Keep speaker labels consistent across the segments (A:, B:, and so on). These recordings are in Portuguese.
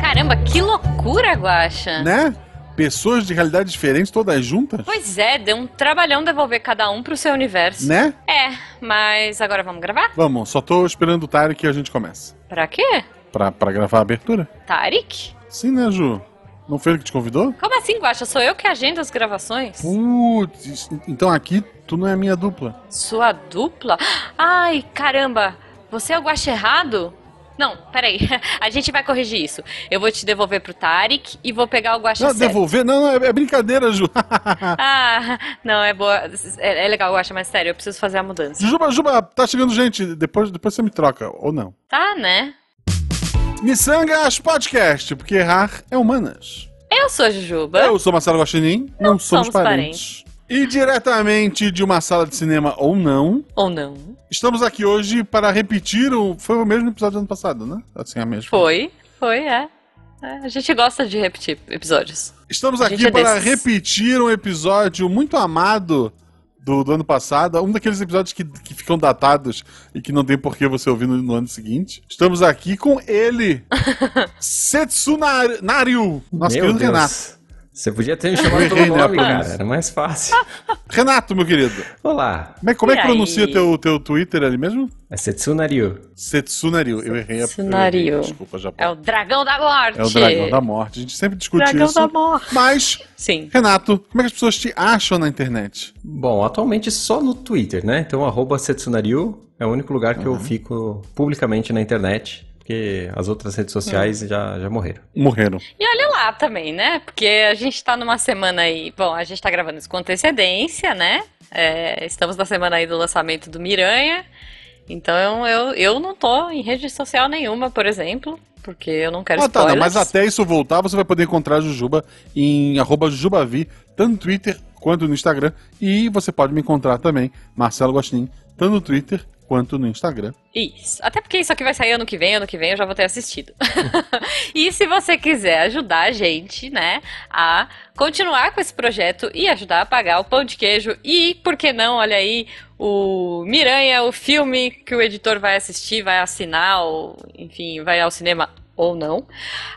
A: Caramba, que loucura, Guaxa.
B: Né? Pessoas de realidades diferentes, todas juntas?
A: Pois é, deu um trabalhão devolver cada um pro seu universo.
B: Né?
A: É, mas agora vamos gravar?
B: Vamos, só tô esperando o Tarek que a gente começa.
A: Pra quê?
B: Pra, pra gravar a abertura?
A: Tarik?
B: Sim, né, Ju? Não foi ele que te convidou?
A: Como assim, Guaxa? Sou eu que agendo as gravações?
B: Putz, então aqui tu não é a minha dupla.
A: Sua dupla? Ai, caramba! Você é o guache errado? Não, peraí. A gente vai corrigir isso. Eu vou te devolver pro Tarek e vou pegar o guache
B: Não,
A: certo.
B: Ah, devolver? Não, não, é, é brincadeira, Ju.
A: Ah, não, é boa. É, é legal, Guaxa, mas sério, eu preciso fazer a mudança.
B: Juba, Juba, tá chegando gente. Depois, depois você me troca, ou não.
A: Tá, né?
B: Missangas Podcast, porque errar é humanas.
A: Eu sou a Jujuba.
B: Eu sou Marcelo Guaxinim, não, somos,
A: somos
B: parentes. E diretamente de uma sala de cinema ou não,
A: Ou não?
B: estamos aqui hoje para repetir o... Foi o mesmo episódio do ano passado, né? Assim, a mesma.
A: Foi, foi, é. É, A gente gosta de repetir episódios.
B: Estamos
A: A
B: aqui
A: gente é
B: para
A: desses.
B: repetir um episódio muito amado do, do ano passado, um daqueles episódios que, que ficam datados e que não tem por que você ouvir no, no ano seguinte. Estamos aqui com ele, Setsunariu, nosso
C: Meu
B: querido
C: Deus.
B: Renato.
C: Você podia ter me chamado
B: Errei,
C: pelo
B: né,
C: nome,
B: rapaz?
C: cara. Era mais fácil.
B: Renato, meu querido,
C: Olá,
B: como é, como é
A: E
B: que
A: aí?
B: pronuncia teu, teu Twitter ali mesmo?
C: é Setsuna Ryu.
B: Setsunariu, eu errei a
A: Setsunariu.
B: eu errei, Desculpa, já
A: É o dragão da morte.
B: É o dragão da morte. A gente sempre discute
A: Dragão
B: isso.
A: da morte.
B: Mas,
A: Sim.
B: Renato, como é que as pessoas te acham na internet?
C: Bom, atualmente só no Twitter, né? Então, arroba Setsuna Ryu é o único lugar que
B: Uhum.
C: eu fico publicamente na internet, porque as outras redes sociais
B: Uhum.
C: já, já morreram.
B: Morreram.
A: E olha lá também, né? Porque a gente tá numa semana aí. Bom, a gente tá gravando isso com antecedência, né? É, estamos na semana aí do lançamento do Miranha. Então eu, eu não tô em rede social nenhuma, por exemplo. Porque eu não quero
B: Ah, tá, não,
A: spoilers.
B: mas até isso voltar, você vai poder encontrar a Jujuba em arroba Jujubavi, tanto no Twitter quanto no Instagram. E você pode me encontrar também, Marcelo Gostin, tanto no Twitter quanto no Instagram.
A: Isso. Até porque isso aqui vai sair ano que vem, ano que vem eu já vou ter assistido. e se você quiser ajudar a gente, né, a continuar com esse projeto e ajudar a pagar o pão de queijo e, por que não, olha aí, o Miranha, o filme que o editor vai assistir, vai assinar, ou, enfim, vai ao cinema ou não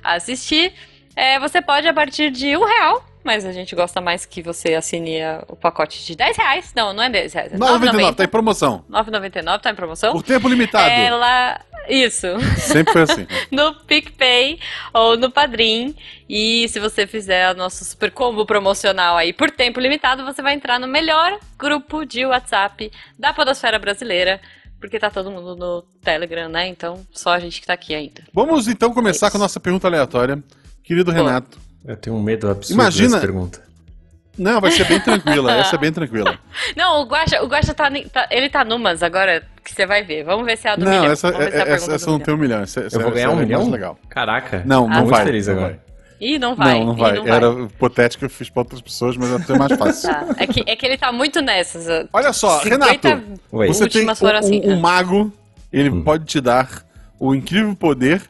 A: assistir, é, você pode a partir de um real. Mas a gente gosta mais que você assine a- o pacote de 10 reais. Não, não é 10 reais. É
B: 9,99, tá em promoção.
A: 9,99 tá em promoção.
B: Por tempo limitado.
A: É, Ela. Isso.
B: Sempre foi assim.
A: No PicPay ou no Padrim. E se você fizer o nosso super combo promocional aí por tempo limitado, você vai entrar no melhor grupo de WhatsApp da Podosfera Brasileira. Porque tá todo mundo no Telegram, né? Então só a gente que tá aqui ainda.
B: Vamos então começar
A: É Isso.
B: com a nossa pergunta aleatória. Querido
A: Boa.
B: Renato.
C: Eu tenho um medo absurdo
B: Imagina-
C: dessa pergunta.
B: Não, vai ser bem tranquila, essa é bem tranquila.
A: Não, o Guaxa, o Guaxa tá, ni- tá- Ele tá numas agora que você vai ver. Vamos ver se é a do
B: Não,
A: milhão.
B: essa,
A: Vamos ver se é a
B: essa-
A: pergunta
B: essa
A: do
B: não
A: milhão.
B: tem um milhão. Essa, essa-
C: Eu vou
B: essa
C: ganhar
B: é
C: um
B: mais
C: milhão?
B: legal.
C: Caraca.
B: Não,
C: Tô
B: não
C: muito
B: vai.
C: feliz
B: não
C: agora.
B: vai.
A: Ih, não vai.
B: não, não
A: ih,
B: vai.
A: não
B: Era hipotético, eu fiz pra outras pessoas, mas até mais fácil.
A: Tá. É, que, é que ele tá muito nessas.
B: Olha só,
A: 50
B: Renato,
C: Oi.
B: você tem
A: Últimas foram
B: um,
A: assim,
B: um
A: né?
B: mago, ele pode te dar o incrível poder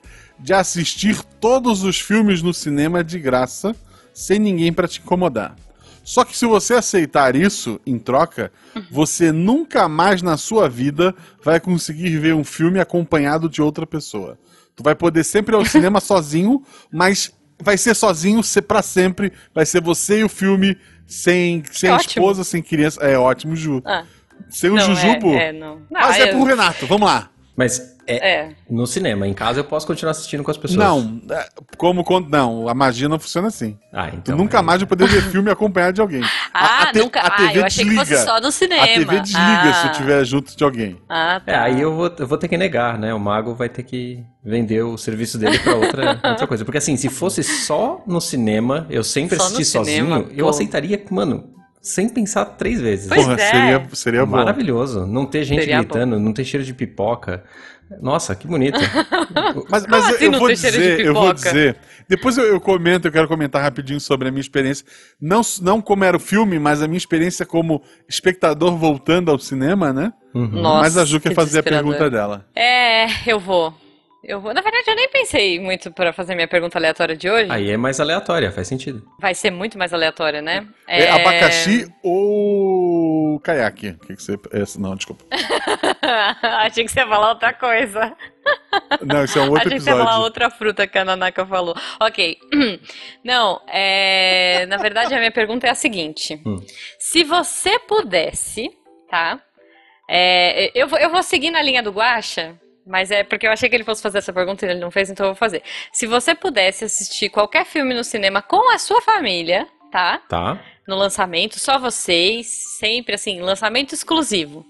B: de assistir todos os filmes no cinema de graça, sem ninguém pra te incomodar. Só que se você aceitar isso em troca,
A: Uhum.
B: você nunca mais na sua vida vai conseguir ver um filme acompanhado de outra pessoa. Tu vai poder sempre ir ao cinema sozinho, mas vai ser sozinho se- pra sempre. Vai ser você e o filme, sem, sem a
A: Ótimo.
B: esposa, sem criança. É ótimo, Ju.
A: Ah,
B: Sem o
A: não, é-
B: Jujubo?
A: É, não.
B: Mas
A: Ah,
B: é
A: eu-
B: pro Renato, vamos lá.
C: Mas é
A: É.
C: no cinema. Em casa eu posso continuar assistindo com as pessoas.
B: Não, é, como quando. Não, a magia não funciona assim.
C: Ah,
B: Tu
C: então.
B: nunca
C: é.
B: mais vai poder ver filme acompanhado de alguém.
A: Ah,
B: te-
A: nunca. ah, eu achei que fosse só no cinema.
B: A TV desliga
A: ah.
B: se tiver junto de alguém.
A: Ah,
C: É,
A: tá.
C: aí eu vou, eu vou ter que negar, né? O mago vai ter que vender o serviço dele pra outra, outra coisa. Porque assim, se fosse só no cinema, eu sempre
A: Só no
C: assisti
A: cinema,
C: sozinho, eu
A: pô.
C: aceitaria, mano, sem pensar três vezes.
A: Pois
B: Porra,
A: é.
B: seria, seria bom.
C: Maravilhoso. Não ter gente
A: Seria bom.
C: gritando, não ter cheiro de pipoca. Nossa, que bonito.
B: Mas,
A: Como
B: mas eu-
A: assim
B: eu
A: não
B: vou
A: tem cheiro de
B: dizer, eu vou
A: pipoca?
B: dizer. Depois eu, eu comento, eu quero comentar rapidinho sobre a minha experiência. Não, s- não como era o filme, mas a minha experiência como espectador voltando ao cinema, né?
C: Uhum.
A: Nossa,
B: mas a Ju quer
A: que
B: fazer a
A: desesperador.
B: pergunta dela.
A: É, eu vou. Eu vou. Na verdade, eu nem pensei muito pra fazer minha pergunta aleatória de hoje.
C: Aí é mais aleatória, faz sentido.
A: Vai ser muito mais aleatória, né?
B: É... abacaxi ou caiaque? O que, que você. é, não, é, desculpa.
A: Achei que você ia falar outra coisa.
B: Não, isso é um outro
A: Achei que você ia
B: episódio.
A: falar outra fruta que a Nanaka falou. Ok. Não, é... na verdade a minha pergunta é a seguinte.
C: Hum.
A: Se você pudesse, tá? É, eu, vou, eu vou seguir na linha do Guaxa, mas é porque eu achei que ele fosse fazer essa pergunta e ele não fez, então eu vou fazer. Se você pudesse assistir qualquer filme no cinema com a sua família, tá?
C: Tá.
A: no lançamento, só vocês, sempre assim, lançamento exclusivo.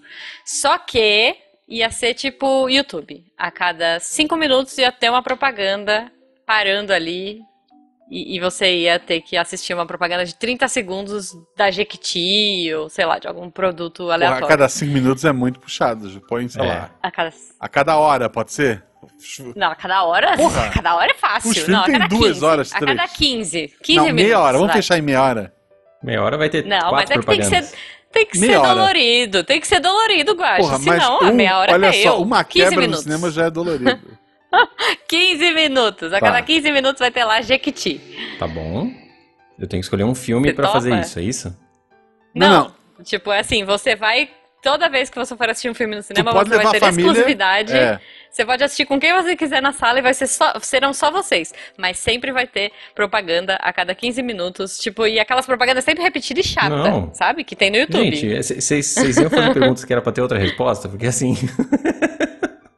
A: Só que ia ser tipo YouTube. A cada cinco minutos ia ter uma propaganda parando ali. E, e você ia ter que assistir uma propaganda de 30 segundos da Jequiti, ou sei lá, de algum produto
B: Porra,
A: aleatório.
B: a cada cinco minutos é muito puxado. Ju. Põe, sei
C: É.
B: lá.
A: A cada-
B: A cada hora, pode ser?
A: Não, a cada hora.
B: Porra!
A: A cada hora é fácil.
B: Os filmes
A: não, a
B: têm
A: cada
B: duas
A: 15,
B: horas,
A: A
B: três.
A: cada 15. 15
B: não,
A: minutos.
B: meia hora. Vamos
A: vai.
B: fechar em meia hora.
C: Meia hora vai ter
A: Não, mas
C: quatro
A: é que tem que
C: propagandas.
A: ser, tem que
B: Meia
A: ser
B: hora.
A: dolorido. Tem que ser dolorido, Guaxa.
B: Porra, mas
A: Senão, a
B: um,
A: meia hora
B: olha
A: até
B: só,
A: eu.
B: uma
A: 15
B: quebra no
A: minutos.
B: cinema já é dolorido.
A: 15 minutos. A
B: Tá.
A: cada 15 minutos vai ter lá Jequiti.
C: Tá bom. Eu tenho que escolher um filme
A: Você
C: pra fazer
A: topa?
C: isso, é isso?
B: Não,
A: Não, Tipo, é assim, você vai. Toda vez que você for assistir um filme no cinema,
B: pode
A: você vai
B: levar
A: ter
B: a família,
A: exclusividade.
B: é.
A: Você pode assistir com quem você quiser na sala e vai ser só, serão só vocês. Mas sempre vai ter propaganda a cada 15 minutos. Tipo, e aquelas propagandas sempre repetidas e chata,
C: Não.
A: sabe? Que tem no YouTube.
C: Gente, é- c- vocês vocês iam fazer perguntas que era pra ter outra resposta? Porque assim.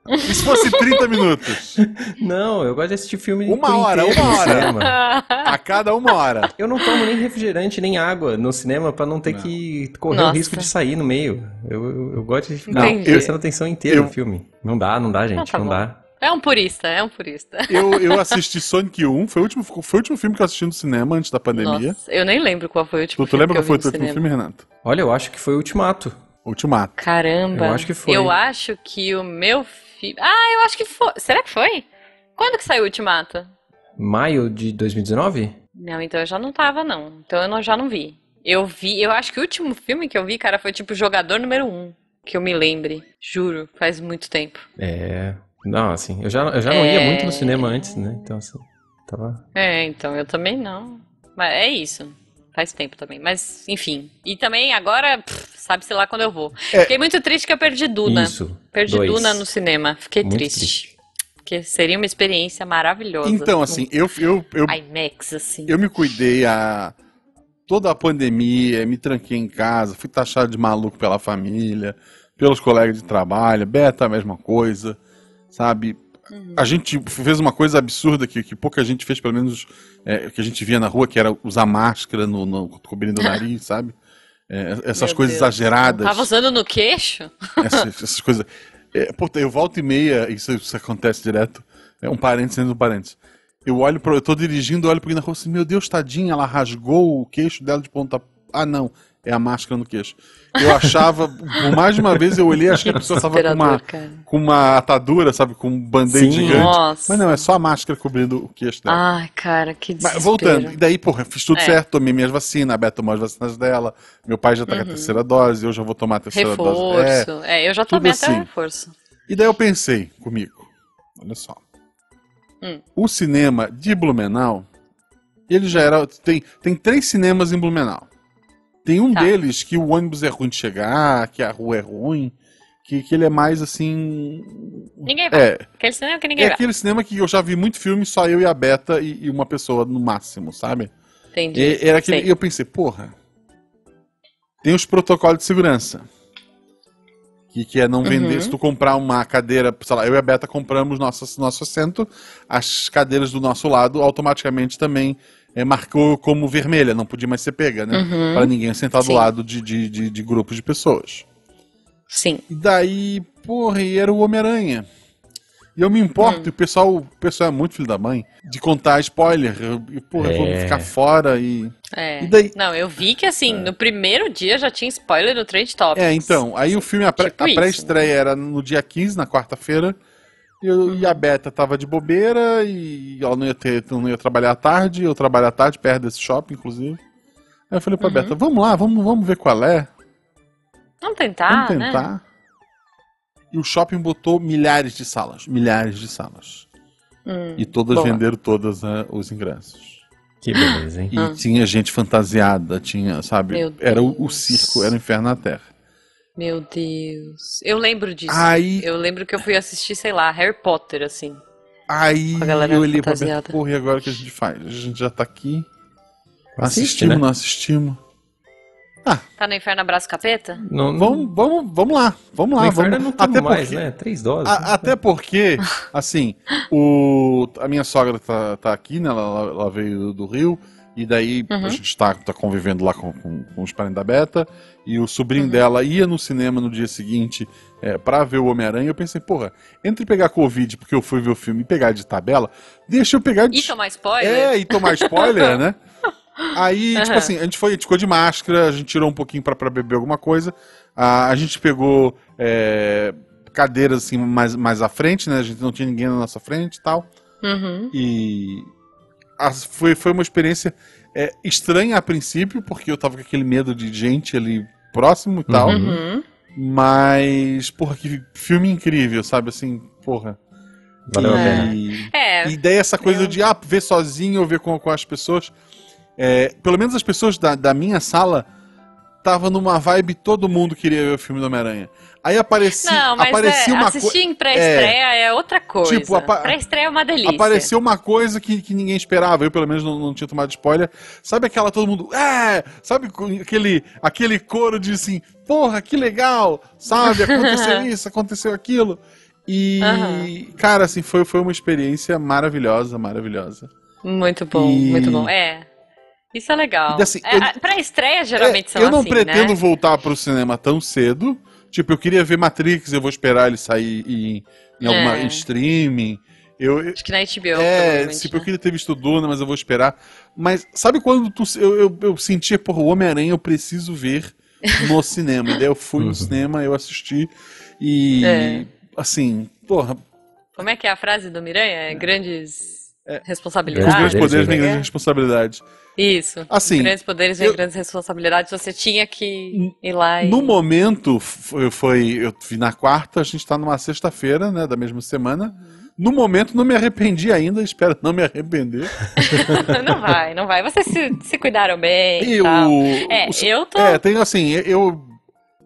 B: E se fosse 30 minutos?
C: Não, eu gosto de assistir filme.
B: Uma
C: por
B: hora,
C: inteiro
B: uma
C: no
B: hora.
C: cinema.
B: A cada uma hora.
C: Eu não tomo nem refrigerante, nem água no cinema pra não ter
B: Não.
C: que correr o
A: Nossa.
C: risco de sair no meio. Eu, eu, eu gosto de ficar
A: Entendi.
C: prestando atenção inteira
B: Eu-
C: no filme. Não dá, não dá, gente.
A: Ah, tá
C: não
A: bom.
C: dá.
A: É um purista, é um purista.
B: Eu, eu assisti Sonic 1, foi o, último, foi o último filme que eu assisti no cinema antes da pandemia.
A: Nossa, eu nem lembro qual foi o último
B: tu, tu lembra
A: filme
B: qual foi o
A: que
B: teu
A: eu vi no
B: último
A: cinema.
B: filme, Renato?
C: Olha, eu acho que foi o Ultimato.
B: Ultimato.
A: Caramba.
C: Eu acho que foi.
A: Eu acho que o meu filho. Ah, eu acho que foi. Será que foi? Quando que saiu o Ultimato?
C: Maio de 2019?
A: Não, então eu já não tava, não. Então eu não- já não vi. Eu vi, eu acho que o último filme que eu vi, cara, foi tipo Jogador Número 1, que eu me lembre. Juro, faz muito tempo.
C: É. Não, assim, eu já, eu já não
A: É.
C: ia muito no cinema antes, né? Então, assim, tava.
A: É, então eu também não. Mas é isso. Faz tempo também. Mas, enfim. E também agora, pff, sabe-se lá quando eu vou.
C: É.
A: Fiquei muito triste que eu perdi Duna.
C: Isso.
A: Perdi
C: dois.
A: Duna no cinema. Fiquei
C: Muito
A: triste. Porque seria uma experiência maravilhosa. Um
B: Então, assim, eu, eu, eu,
A: IMAX, assim.
B: eu me cuidei a toda a pandemia, me tranquei em casa, fui taxado de maluco pela família, pelos colegas de trabalho, Beta a mesma coisa, sabe?
A: Uhum.
B: A gente fez uma coisa absurda que, que pouca gente fez, pelo menos é, que a gente via na rua, que era usar máscara no, no cobrindo o nariz, sabe? É, essas
A: Meu
B: coisas
A: Deus.
B: exageradas.
A: Tava usando no queixo?
B: Essas, essas coisas. É, puta, eu volto e meia, isso, isso acontece direto. É um parênteses dentro de um parênteses. Eu olho pro. Eu tô dirigindo, olho pro alguém na rua assim, meu Deus, tadinha, ela rasgou o queixo dela de ponta. Ah, não. É a máscara no queixo. Eu achava, por mais de uma vez eu olhei, achei que a pessoa tava com uma,
A: Desesperador, cara.
B: com uma atadura, sabe? Com um band-aid
C: Sim.
B: gigante.
A: Nossa.
B: Mas não, é só a máscara cobrindo o queixo dela.
C: Tá.
A: Ai, cara, que desespero.
B: Mas voltando, e daí, porra, fiz tudo
A: Ah, É.
B: certo, tomei minhas vacinas, a Beth tomou as vacinas dela, meu pai já tá com a terceira dose, eu já vou tomar a terceira dose. É,
A: Uhum. Reforço. É, eu já
B: tudo
A: tomei
B: assim.
A: até reforço.
B: e daí eu pensei comigo, olha só.
A: Hum.
B: O cinema de Blumenau, ele já era. Tem, tem três cinemas em Blumenau. Tem um
A: Tá.
B: deles que o ônibus é ruim de chegar, que a rua é ruim, que, que ele é mais assim.
A: Ninguém vai.
B: É,
A: Aquele cinema que
B: é
A: ninguém vai.
B: aquele cinema que eu já vi muito filme, só eu e a Beta e, e uma pessoa no máximo, sabe?
A: Entendi.
B: E, era aquele,
A: Sei.
B: e eu pensei, porra, tem os protocolos de segurança. Que, que é não vender,
A: Uhum.
B: se tu comprar uma cadeira, sei lá, eu e a Beta compramos nosso, nosso assento, as cadeiras do nosso lado automaticamente também é, marcou como vermelha, não podia mais ser pega, né?
A: Uhum.
B: Pra ninguém sentar do
A: Sim.
B: lado de, de, de, de grupos de pessoas.
A: Sim.
B: E daí, porra, e era o Homem-Aranha. E eu me
A: Hum.
B: importo, e o pessoal, o pessoal é muito filho da mãe, de contar spoiler. Eu, e, porra, eu vou
C: É.
B: ficar fora e.
A: É.
B: E daí?
A: Não, eu vi que assim, no primeiro dia já tinha spoiler do Trade Topics.
B: É, então, aí o filme, a pré-
A: Tá Tipo
B: a
A: isso,
B: pré-estreia era no dia 15, na quarta-feira, e, eu- e a Beta tava de bobeira, e ela não ia, ter, não ia trabalhar à tarde, eu trabalho à tarde, perto desse shopping, inclusive. Aí eu falei
A: Uhum.
B: pra Beta, vamos lá, vamos, vamos ver qual é,
A: Vamos tentar,
B: vamos
A: né?
B: tentar. E o shopping botou milhares de salas, milhares de salas.
A: Hum,
B: E todas
A: boa.
B: venderam todas né, os ingressos.
C: Que beleza, hein?
B: E
A: Ah.
B: tinha gente fantasiada, tinha, sabe?
A: Meu
B: era o, o
A: Deus.
B: circo, era o inferno na terra.
A: Meu Deus. Eu lembro disso.
B: Aí-
A: Eu lembro que eu fui assistir, sei lá, Harry Potter, assim.
B: Aí
A: Com a galera
B: eu olhei pra
A: fantasiada.
B: Beto, porra, e agora o que a gente faz? A gente já tá aqui.
C: Assiste,
B: assistimos,
C: né?
B: não assistimos.
A: Tá no Inferno Abraço Capeta?
C: Não, não,
B: Vamos, vamos, vamos lá, vamos
C: no
B: lá,
C: inferno
B: vamos.
C: não tomo
B: Até
C: mais,
B: porque,
C: né? Três doses.
B: a- até porque, assim, o, a minha sogra tá, tá aqui, né? Ela, ela- ela veio do Rio, e daí
A: Uhum.
B: a gente tá, tá convivendo lá com, com- com os parentes da Beta, e o sobrinho
A: Uhum.
B: dela ia no cinema no dia seguinte é, pra ver o Homem-Aranha. Eu pensei, porra, entre pegar Covid, porque eu fui ver o filme, e pegar de tabela, deixa eu pegar de
A: E tomar spoiler?
B: É, e tomar spoiler, né? Aí, tipo
A: Aham.
B: assim, a gente foi, a gente ficou de máscara, a gente tirou um pouquinho pra, pra beber alguma coisa. A, a gente pegou é, cadeiras assim mais, mais à frente, né? A gente não tinha ninguém na nossa frente e tal.
A: Uhum.
B: E a- foi, foi uma experiência é, estranha a princípio, porque eu tava com aquele medo de gente ali próximo e tal.
C: Uhum.
A: Uhum.
B: Mas, porra, que filme incrível, sabe? Assim, porra.
C: Valeu a
A: É.
C: pena.
A: É,
B: E daí essa coisa
A: Eu-
B: de ah, ver sozinho ou ver com, com as pessoas. É, pelo menos as pessoas da, da minha sala tava numa vibe todo mundo queria ver o filme do Homem-Aranha. Aí aparecia,
A: não, mas
B: aparecia
A: é,
B: uma
A: assistir
B: coisa.
A: em pré-estreia é, outra coisa.
B: Tipo, apa-
A: pré-estreia é uma delícia.
B: Apareceu uma coisa que, que ninguém esperava, eu pelo menos não, não tinha tomado spoiler. Sabe aquela todo mundo, é! Sabe com aquele, aquele coro de assim, porra, que legal! Sabe, aconteceu isso, aconteceu aquilo. E,
A: Aham.
B: cara, assim, foi, foi uma experiência maravilhosa, maravilhosa.
A: Muito bom,
B: E-
A: muito bom. É. Isso é legal.
B: E assim,
A: É,
B: eu-
A: a- Pré-estreia geralmente
B: É,
A: são
B: eu não
A: assim,
B: pretendo
A: né?
B: voltar pro cinema tão cedo. Tipo, eu queria ver Matrix, eu vou esperar ele sair em, em alguma
A: É.
B: em streaming. Eu, eu-
A: Acho que na HBO,
B: é,
A: provavelmente,
B: tipo, eu
A: né?
B: queria ter visto Duna, mas eu vou esperar. Mas sabe quando tu, eu, eu, eu sentia, porra, o Homem-Aranha eu preciso ver no cinema. E daí eu fui
C: Uhum.
B: no cinema, eu assisti e,
A: É.
B: assim, porra,
A: Como é que é a frase do Miranha? É grandes
B: com os
C: Ah,
A: responsabilidades.
B: É. grandes
C: deles,
B: poderes vem
A: né?
B: grande responsabilidade.
A: Isso.
B: Assim,
A: grandes poderes vêm
B: eu-
A: grandes responsabilidades. Você tinha que ir lá e.
B: No momento, foi, foi- eu vi na quarta, a gente tá numa sexta-feira, né, da mesma semana.
A: Uhum.
B: No momento, não me arrependi ainda, espero não me arrepender.
A: não vai, não vai. Vocês se, se cuidaram bem e
B: E o-
A: tal. É,
B: os-
A: eu tô.
B: é, tem assim, eu,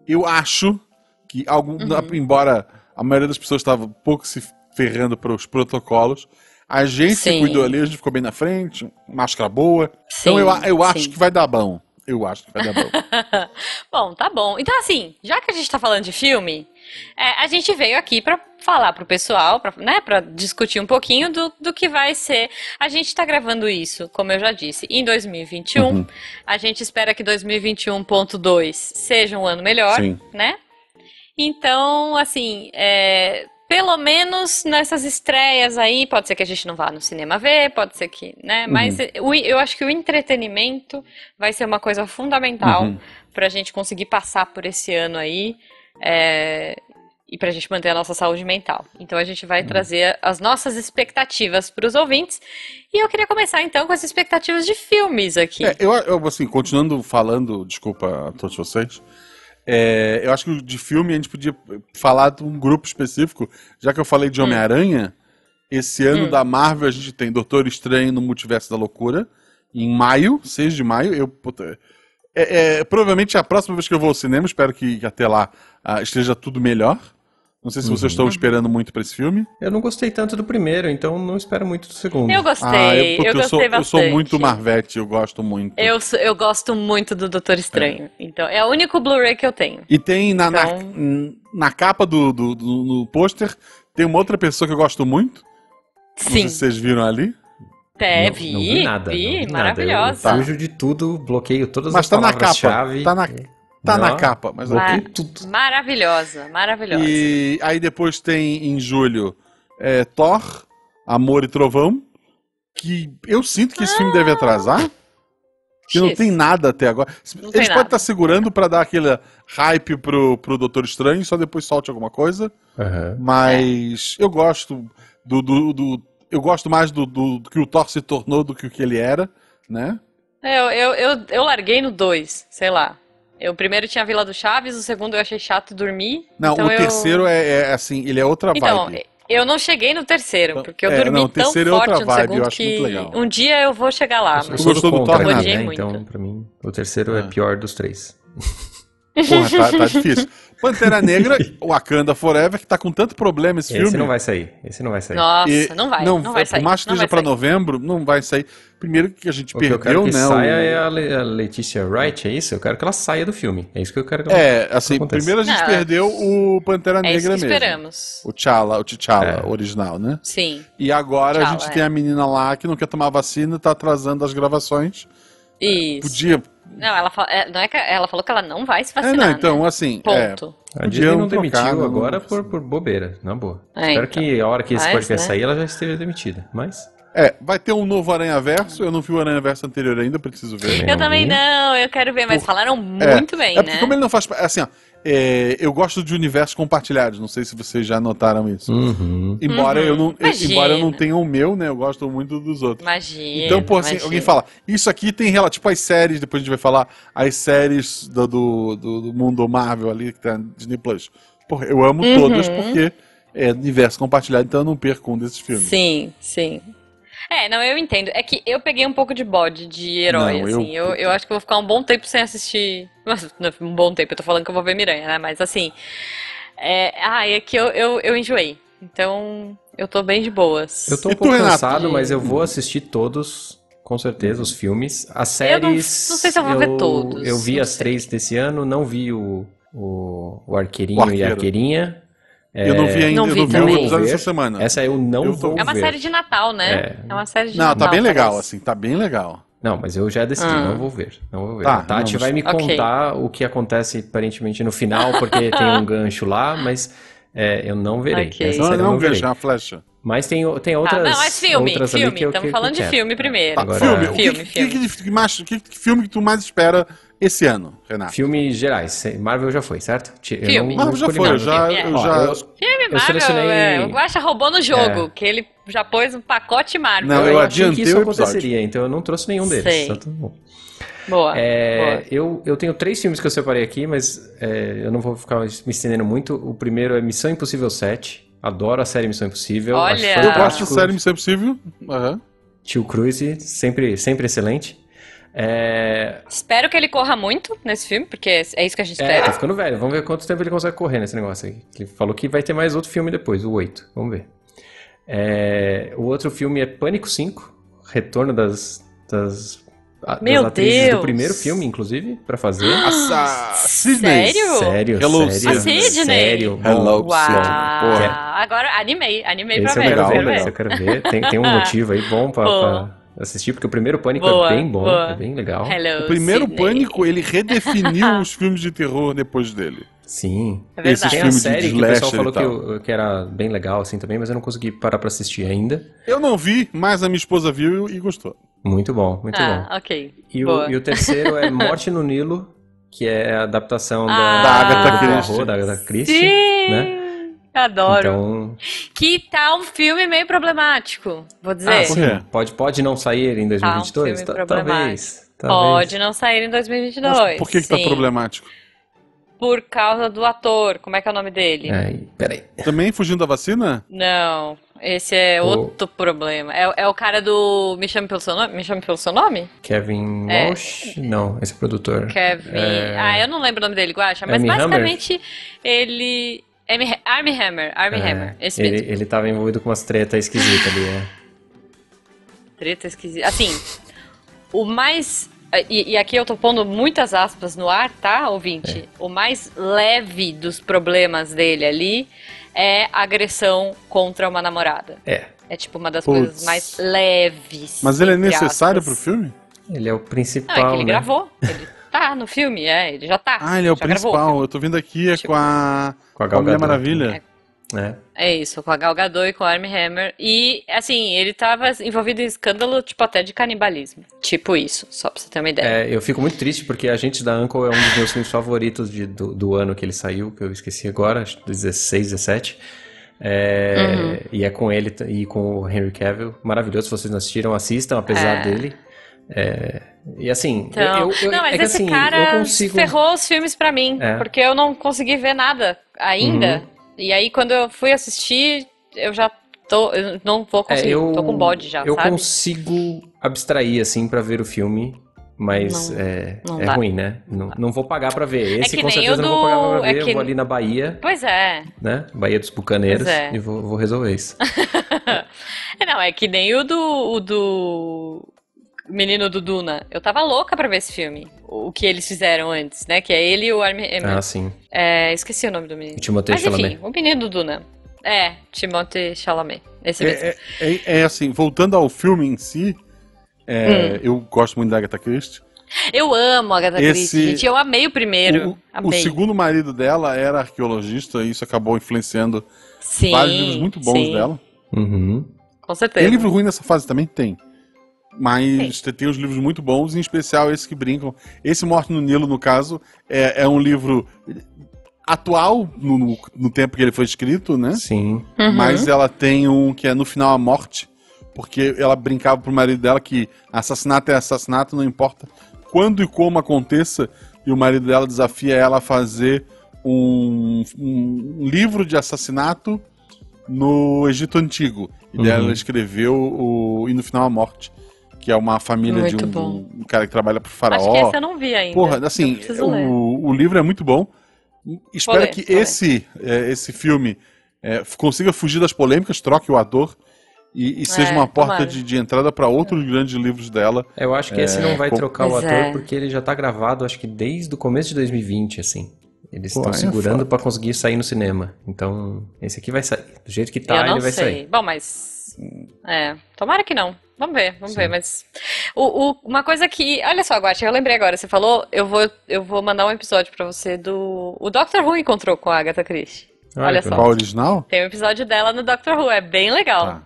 B: eu acho que, algum,
A: Uhum.
B: na- embora a maioria das pessoas estava pouco se ferrando para os protocolos, a gente se
A: Sim.
B: cuidou ali, a gente ficou bem na frente, máscara boa. então
A: Sim,
B: eu, a- eu acho
A: sim.
B: que vai dar bom. Eu acho que vai dar bom.
A: Bom, tá bom. Então, assim, já que a gente tá falando de filme, é, a gente veio aqui pra falar pro pessoal, pra, né, pra discutir um pouquinho do, do que vai ser. A gente tá gravando isso, como eu já disse, em 2021.
B: Uhum.
A: A gente espera que 2021.2 seja um ano melhor,
B: Sim.
A: né? Então, assim, é, pelo menos nessas estreias aí, pode ser que a gente não vá no cinema ver, pode ser que,
B: Uhum.
A: né? Mas o- eu acho que o entretenimento vai ser uma coisa fundamental
B: Uhum.
A: para a gente conseguir passar por esse ano aí é, e para a gente manter a nossa saúde mental. Então a gente
B: Uhum.
A: vai trazer as nossas expectativas para os ouvintes e eu queria começar então com as expectativas de filmes aqui.
B: É, eu, eu, assim, continuando falando, desculpa a todos vocês, é, eu acho que de filme a gente podia falar de um grupo específico, já que eu falei de Homem-Aranha, esse ano
A: Hum.
B: da Marvel a gente tem Doutor Estranho no Multiverso da Loucura, em maio, 6 de maio, eu... puta, é, é, provavelmente a próxima vez que eu vou ao cinema, espero que até lá ah, esteja tudo melhor. Não sei se vocês estão esperando muito pra esse filme.
C: Eu não gostei tanto do primeiro, então não espero muito do segundo.
A: Eu gostei, eu,
B: Ah, é porque
A: gostei
B: sou, eu sou
A: bastante.
B: muito Marvete, eu gosto muito.
A: Eu, sou- eu gosto muito do Doutor Estranho. Então, é o único Blu-ray que eu tenho.
B: E tem na, na-
A: Então-
B: n- na, capa do, do, do- no pôster, tem uma outra pessoa que eu gosto muito. Não sei
A: Sim,
B: se vocês viram ali.
A: até
C: Não-
A: É, vi,
C: não vi nada.
A: vi,
C: não vi nada.
A: maravilhosa.
B: tá.
C: Eu fujo de tudo, bloqueio todas
B: Mas
C: as
B: tá na
C: palavras-chave.
B: capa, tá na- Tá na
C: Não,
B: capa, mas
A: Vai.
C: Bloqueio tudo.
A: Maravilhosa, maravilhosa.
B: E aí depois tem em julho é, Thor, Amor e Trovão. Que eu sinto que esse filme deve atrasar. Que não
A: Ah, X.
B: tem nada até agora.
A: Não tem
B: Eles podem
A: nada.
B: estar segurando pra dar aquele hype pro, pro Doutor Estranho, só depois solte alguma coisa.
C: Aham.
B: Mas eu gosto do, do, do- Eu gosto mais do, do, do que o Thor se tornou do que o que ele era, né?
A: Eu, eu, eu, eu larguei no 2, sei lá. Eu primeiro tinha a Vila do Chaves, o segundo eu achei chato dormir.
B: Não,
A: então
B: o
A: eu-
B: terceiro é, é, assim, ele é outra
A: Então,
B: vibe.
A: eu não cheguei no terceiro,
B: Então,
A: porque eu
B: é,
A: dormi
B: não, o
A: tão
B: terceiro é
A: forte
B: outra
A: no
B: vibe, eu
A: segundo
B: acho muito
A: que
B: legal.
A: um dia eu vou chegar lá.
C: Eu
A: Ah, mas-
C: sou
B: gostou do Ah.
C: contra,
B: Thor,
C: né?
A: Odiei muito.
C: Então, pra mim, o terceiro é pior dos três.
B: Porra, tá, tá difícil. Pantera Negra, Wakanda Forever, que tá com tanto problema esse, filme.
C: Esse não vai sair. Esse não vai sair.
A: Nossa,
B: E é,
A: não vai, não, vai sair.
B: Por mais que
A: não
B: esteja
A: vai
B: pra
A: sair.
B: novembro, não vai sair. Primeiro que a gente
C: O que
B: perdeu,
C: eu quero que
B: né? o-
C: saia é a, Le- a Letícia Wright, é isso? Eu quero que ela saia do filme. É isso que eu quero que ela...
B: É, assim,
C: Acontece.
B: primeiro a gente
A: Não,
B: perdeu o Pantera
A: É isso
B: Negra
A: que
B: mesmo.
A: esperamos.
B: O T'Challa, o T'Challa
C: É.
B: original, né?
A: Sim.
B: E agora a
A: T'Challa,
B: gente
A: é.
B: tem a menina lá que não quer tomar vacina, tá atrasando as gravações.
A: Isso.
B: Podia.
A: Não, ela, fa- é, não é que ela falou que ela não vai se
B: É,
A: vacinar.
B: não,
A: né?
B: então, assim. é,
A: Ponto.
C: A
B: Podiam
C: Disney não
B: trocar,
C: demitiu
B: não-
C: agora por,
B: assim.
C: por bobeira, na boa.
A: É,
C: Espero
A: então.
C: que a hora que esse
A: Mas,
C: podcast
A: né?
C: sair ela já esteja demitida, mas...
B: é, vai ter um novo Aranha Verso. Eu não vi o Aranha Verso anterior ainda, preciso ver.
C: Também
A: Eu também
C: vi.
A: não, eu quero ver, mas
B: é, Por-
A: falaram muito bem,
B: é porque
A: né?
B: como ele não faz. pa- Assim, ó, é, eu gosto de universos compartilhados. Não sei se vocês já notaram isso.
C: Uhum.
B: Embora, eu não, eu-
A: Imagina.
B: embora eu não tenha o meu, né? Eu gosto muito dos outros.
A: Imagina.
B: Então, pô, assim,
A: imagina.
B: alguém fala, isso aqui tem relação, tipo as séries, depois a gente vai falar, as séries do, do, do- do mundo Marvel ali, que tá no Disney Plus. Porra, eu amo
A: Uhum.
B: todas porque é universo compartilhado, então eu não perco um desses filmes.
A: Sim, sim. É, não, eu entendo. É que eu peguei um pouco de bode de herói,
B: Não, eu-
A: assim. Eu, eu, acho que eu vou ficar um bom tempo sem assistir. Nossa, não, Um bom tempo, eu tô falando que eu vou ver Miranha, né? Mas assim. É... Ah, é que eu, eu, eu enjoei. Então, eu tô bem de boas.
C: Eu tô
B: E
C: um
B: tu,
C: pouco
B: Renato?
C: cansado, mas eu vou assistir todos, com certeza, os filmes. As
A: Eu
C: séries.
A: não- não sei se eu vou ver todos,
C: Eu vi
A: não
C: as
A: sei.
C: três desse ano, não vi o, o, o Arqueirinho
B: O
C: e
B: Arqueiro.
C: a Arqueirinha.
B: Eu não vi ainda,
A: Não
B: eu
A: vi
B: não vi
A: também.
B: o episódio
C: Vou ver.
B: essa semana.
C: Essa eu não
B: Eu vou
C: vou
A: É uma
C: ver.
A: série de Natal, né?
C: É.
A: É, uma série de
B: Não,
A: Natal.
B: tá bem legal,
A: parece.
B: assim, tá bem legal.
C: Não, mas eu já decidi,
A: Ah.
C: não vou ver. Não vou ver.
B: Tá,
C: a Tati
B: não,
C: vai me
A: ok.
C: contar o que acontece aparentemente no final, porque tem um gancho lá, mas é, eu não verei.
A: Ok.
C: Essa
B: Não,
C: série eu
B: não, não
C: verei.
B: vejo, é uma flecha.
C: Mas tem, o- tem
A: Tá,
C: outras.
A: não, mas filme,
C: outras ali
A: filme.
C: que eu- que
A: Estamos
C: eu
A: falando de
C: quero.
A: filme primeiro.
B: Tá,
C: Agora-
B: filme, o que-
A: é. filme,
B: que,
A: filme.
B: que- que- que mais, que, que filme que tu mais espera esse ano, Renato?
C: Filme gerais. Marvel já foi, certo? Ti- eu
A: Filme.
B: Marvel já
C: escolhi
B: foi, eu
C: nada.
B: já,
A: filme, é.
B: eu
C: Ó,
B: já...
C: eu-
A: Filme
C: Eu
A: Marvel,
C: selecionei-
A: é, o Guaxa roubou no jogo, que ele já pôs um pacote Marvel.
B: Não,
C: eu,
B: eu
A: Boa,
C: achei que
B: adiantei
C: isso
B: o episódio.
C: aconteceria, então eu não trouxe nenhum deles.
A: Sei. Tá,
C: tá tudo bom.
A: Boa.
C: É, eu, eu tenho três filmes que eu separei aqui, mas é, eu não vou ficar me estendendo muito. O primeiro é Missão Impossível 7. Adoro a série Missão Impossível.
A: Olha!
C: acho
B: Eu
A: Ah.
B: gosto
C: fantástico.
B: de série Missão Possível. Aham.
C: Tio Cruz, sempre, sempre excelente. É,
A: Espero que ele corra muito nesse filme, porque é isso que a gente
C: é, tá
A: espera.
C: ficando velho. Vamos ver quanto tempo ele consegue correr nesse negócio aí. Ele falou que vai ter mais outro filme depois, o 8. Vamos ver. É, o outro filme é Pânico 5, Retorno das, das, a-
A: Meu
C: das atrizes
A: Deus!
C: do primeiro filme, inclusive, pra fazer.
B: Essa- Sidney.
A: Sério?
C: Sério,
B: Hello,
C: sério.
A: Sidney. Ah, Sidney.
C: Sério.
B: Hello,
A: Uau!
B: Sidney. Porra.
A: Agora animei, animei
C: Esse
A: pra
C: é
A: ver.
C: legal,
A: quero
B: legal.
A: ver.
C: esse eu quero ver. Tem, tem um motivo aí bom pra,
A: Boa.
C: pra assistir, porque o primeiro Pânico
A: Boa,
C: é bem bom,
A: boa.
C: é bem legal.
A: Hello,
B: O primeiro
A: Sidney.
B: Pânico, ele redefiniu os filmes de terror depois dele.
C: Sim.
A: É verdade.
B: esses
C: Tem a
B: filmes de
C: série que o pessoal
B: slasher e
C: falou que,
B: tal.
C: eu- que era bem legal assim também, mas eu não consegui parar pra assistir ainda.
B: Eu não vi, mas a minha esposa viu e gostou.
C: Muito bom,
B: é
C: muito bom.
A: Ah, ok.
C: E o,
A: boa.
C: e o terceiro é Morte no Nilo, que é a adaptação
A: Ah,
C: da,
B: Da Agatha
C: do
B: Christie.
C: horror da Agatha Christie. né?
A: Sim! Adoro.
C: Então,
A: Que tá um filme meio problemático, vou dizer.
C: ah, sim,
B: Por quê?
C: pode, pode não sair em
A: Tá, um
C: 2022?
A: filme
C: Ta-
A: problemático.
C: talvez, talvez.
A: Pode não sair em 2022.
B: Mas por que, que tá
A: sim.
B: problemático?
A: Por causa do ator, como é que é o nome dele?
C: Ai, peraí.
B: Também fugindo da vacina?
A: Não, esse é
C: O-
A: outro problema. É, é o cara do Me Chame Pelo Seu Nome? Me Chame Pelo Seu Nome?
C: Kevin
A: É.
C: Walsh? Não, esse é produtor.
A: Kevin.
C: É.
A: Ah, eu não lembro o nome dele, Guacha, mas
C: Armie Hammer?
A: basicamente ele. é Army, Hammer, Army
C: É,
A: Hammer, esse
C: ele,
A: mesmo.
C: ele tava envolvido com umas tretas esquisitas ali, é.
A: Treta esquisita. Assim, o mais. E, e aqui eu tô pondo muitas aspas no ar, tá, ouvinte?
B: É.
A: O mais leve dos problemas dele ali é agressão contra uma namorada.
C: É,
A: É tipo uma das
B: Putz.
A: coisas mais leves.
B: Mas ele é
A: entre
B: necessário
A: aspas.
B: pro filme?
C: ele é o
A: Não, é que
C: principal,
A: ele
C: né?
A: gravou. Ele tá no filme, é, ele já tá.
B: Ah, ele é o
A: já
B: principal.
A: Gravou.
B: Eu tô vindo aqui é
A: Tipo-
B: com a,
C: Com a
B: com a
C: Gal
B: Mulher
C: Gadot.
B: Maravilha.
C: É.
A: É isso, com a Gal Gadot e com a Armie Hammer. E, assim, ele tava envolvido em escândalo, tipo, até de canibalismo. Tipo isso, só pra você ter uma ideia.
C: É, eu fico muito triste porque A Gente da Uncle é um dos meus filmes favoritos de- do, do ano que ele saiu, que eu esqueci agora, acho que 16, 17.
A: Uhum.
C: É, E é com ele t- e com o Henry Cavill. Maravilhoso, se vocês não assistiram, assistam, apesar
A: É.
C: dele. É, e assim,
A: Então,
C: eu, eu-
A: não, mas
C: é que
A: esse
C: assim,
A: cara
C: eu consigo...
A: ferrou os filmes pra mim,
C: É. Uhum.
A: porque eu não consegui ver nada ainda. E aí, quando eu fui assistir, eu já tô, eu não vou
C: É,
A: conseguir, tô com assim, bode já,
C: eu
A: sabe?
C: consigo abstrair, assim, pra ver o filme. Mas
A: Não,
C: é,
A: não
C: é
A: dá. É
C: ruim, né? Não, não vou pagar pra ver. Esse
A: que
C: com
A: nem
C: certeza
A: o
C: eu não vou pagar pra
A: do-
C: ver.
A: é
C: Eu
A: que-
C: vou ali na Bahia,
A: Pois é.
C: né? Bahia dos Bucaneiros.
A: Pois é.
C: E vou, vou resolver isso.
A: Não, é que nem o do, o do menino do Duna. Eu tava louca pra ver esse filme. O que eles fizeram antes, né? Que é ele e o Armin...
C: ah, sim.
A: É, esqueci o nome do menino.
C: O Timothée
A: Mas
C: Chalamet.
A: enfim, o menino do Duna. É, Timothée Chalamet. Esse mesmo.
B: É, é- é- é assim, voltando ao filme em si,
A: Hum.
B: é, eu gosto muito da Agatha Christie.
A: Eu amo a Agatha
B: Esse-
A: Christie, gente. Eu amei o primeiro.
B: O, o
A: amei.
B: segundo marido dela era arqueologista e isso acabou influenciando
A: Sim,
B: vários livros muito bons
A: sim,
B: dela.
C: Uhum.
A: Com
B: Tem
A: certeza.
B: livro ruim nessa fase também? Tem. Mas tem. tem os livros muito bons, em especial esses que brincam. Esse Morte no Nilo, no caso, é, é um livro atual no, no- no tempo que ele foi escrito, né?
C: Sim.
A: Uhum.
B: Mas ela tem um que é no final a morte, porque ela brincava pro marido dela que assassinato é assassinato, não importa quando e como aconteça. E o marido dela desafia ela a fazer um, um livro de assassinato no Egito Antigo. E daí
C: Uhum.
B: ela escreveu o E no final a morte, que é uma família
A: Muito
B: de um,
A: bom.
B: um cara que trabalha pro faraó.
A: Acho que essa eu não vi ainda.
B: Porra, assim,
A: preciso ler.
B: o, o livro é muito bom. Espero
A: ler,
B: que
A: vou ler.
B: esse, é, esse filme é, f- consiga fugir das polêmicas, troque o ator e, e seja
A: É,
B: uma porta
A: tomara.
B: de, de entrada para outros grandes livros dela.
C: Eu acho que esse não vai
B: É, com-
C: trocar o
A: Pois
C: ator
A: é.
C: porque ele já tá gravado, acho que desde o começo de 2020, assim. Eles
B: Pô,
C: estão
B: aí é
C: segurando
B: foda.
C: pra conseguir sair no cinema. Então, esse aqui vai sair. Do jeito que
A: eu
C: tá,
A: não
C: ele vai
A: sei.
C: sair.
A: Bom, mas. É, tomara que não. Vamos ver, vamos
C: Sim.
A: ver, mas. O, o- uma coisa que. Olha só, Guaxa, eu lembrei agora, você falou, eu vou, eu vou mandar um episódio pra você do. O Doctor Who encontrou com a Agatha Christie.
C: Olha
A: Olha
C: que
A: só.
B: Qual a original?
A: Tem um episódio dela no Doctor Who, é bem legal.
B: Tá.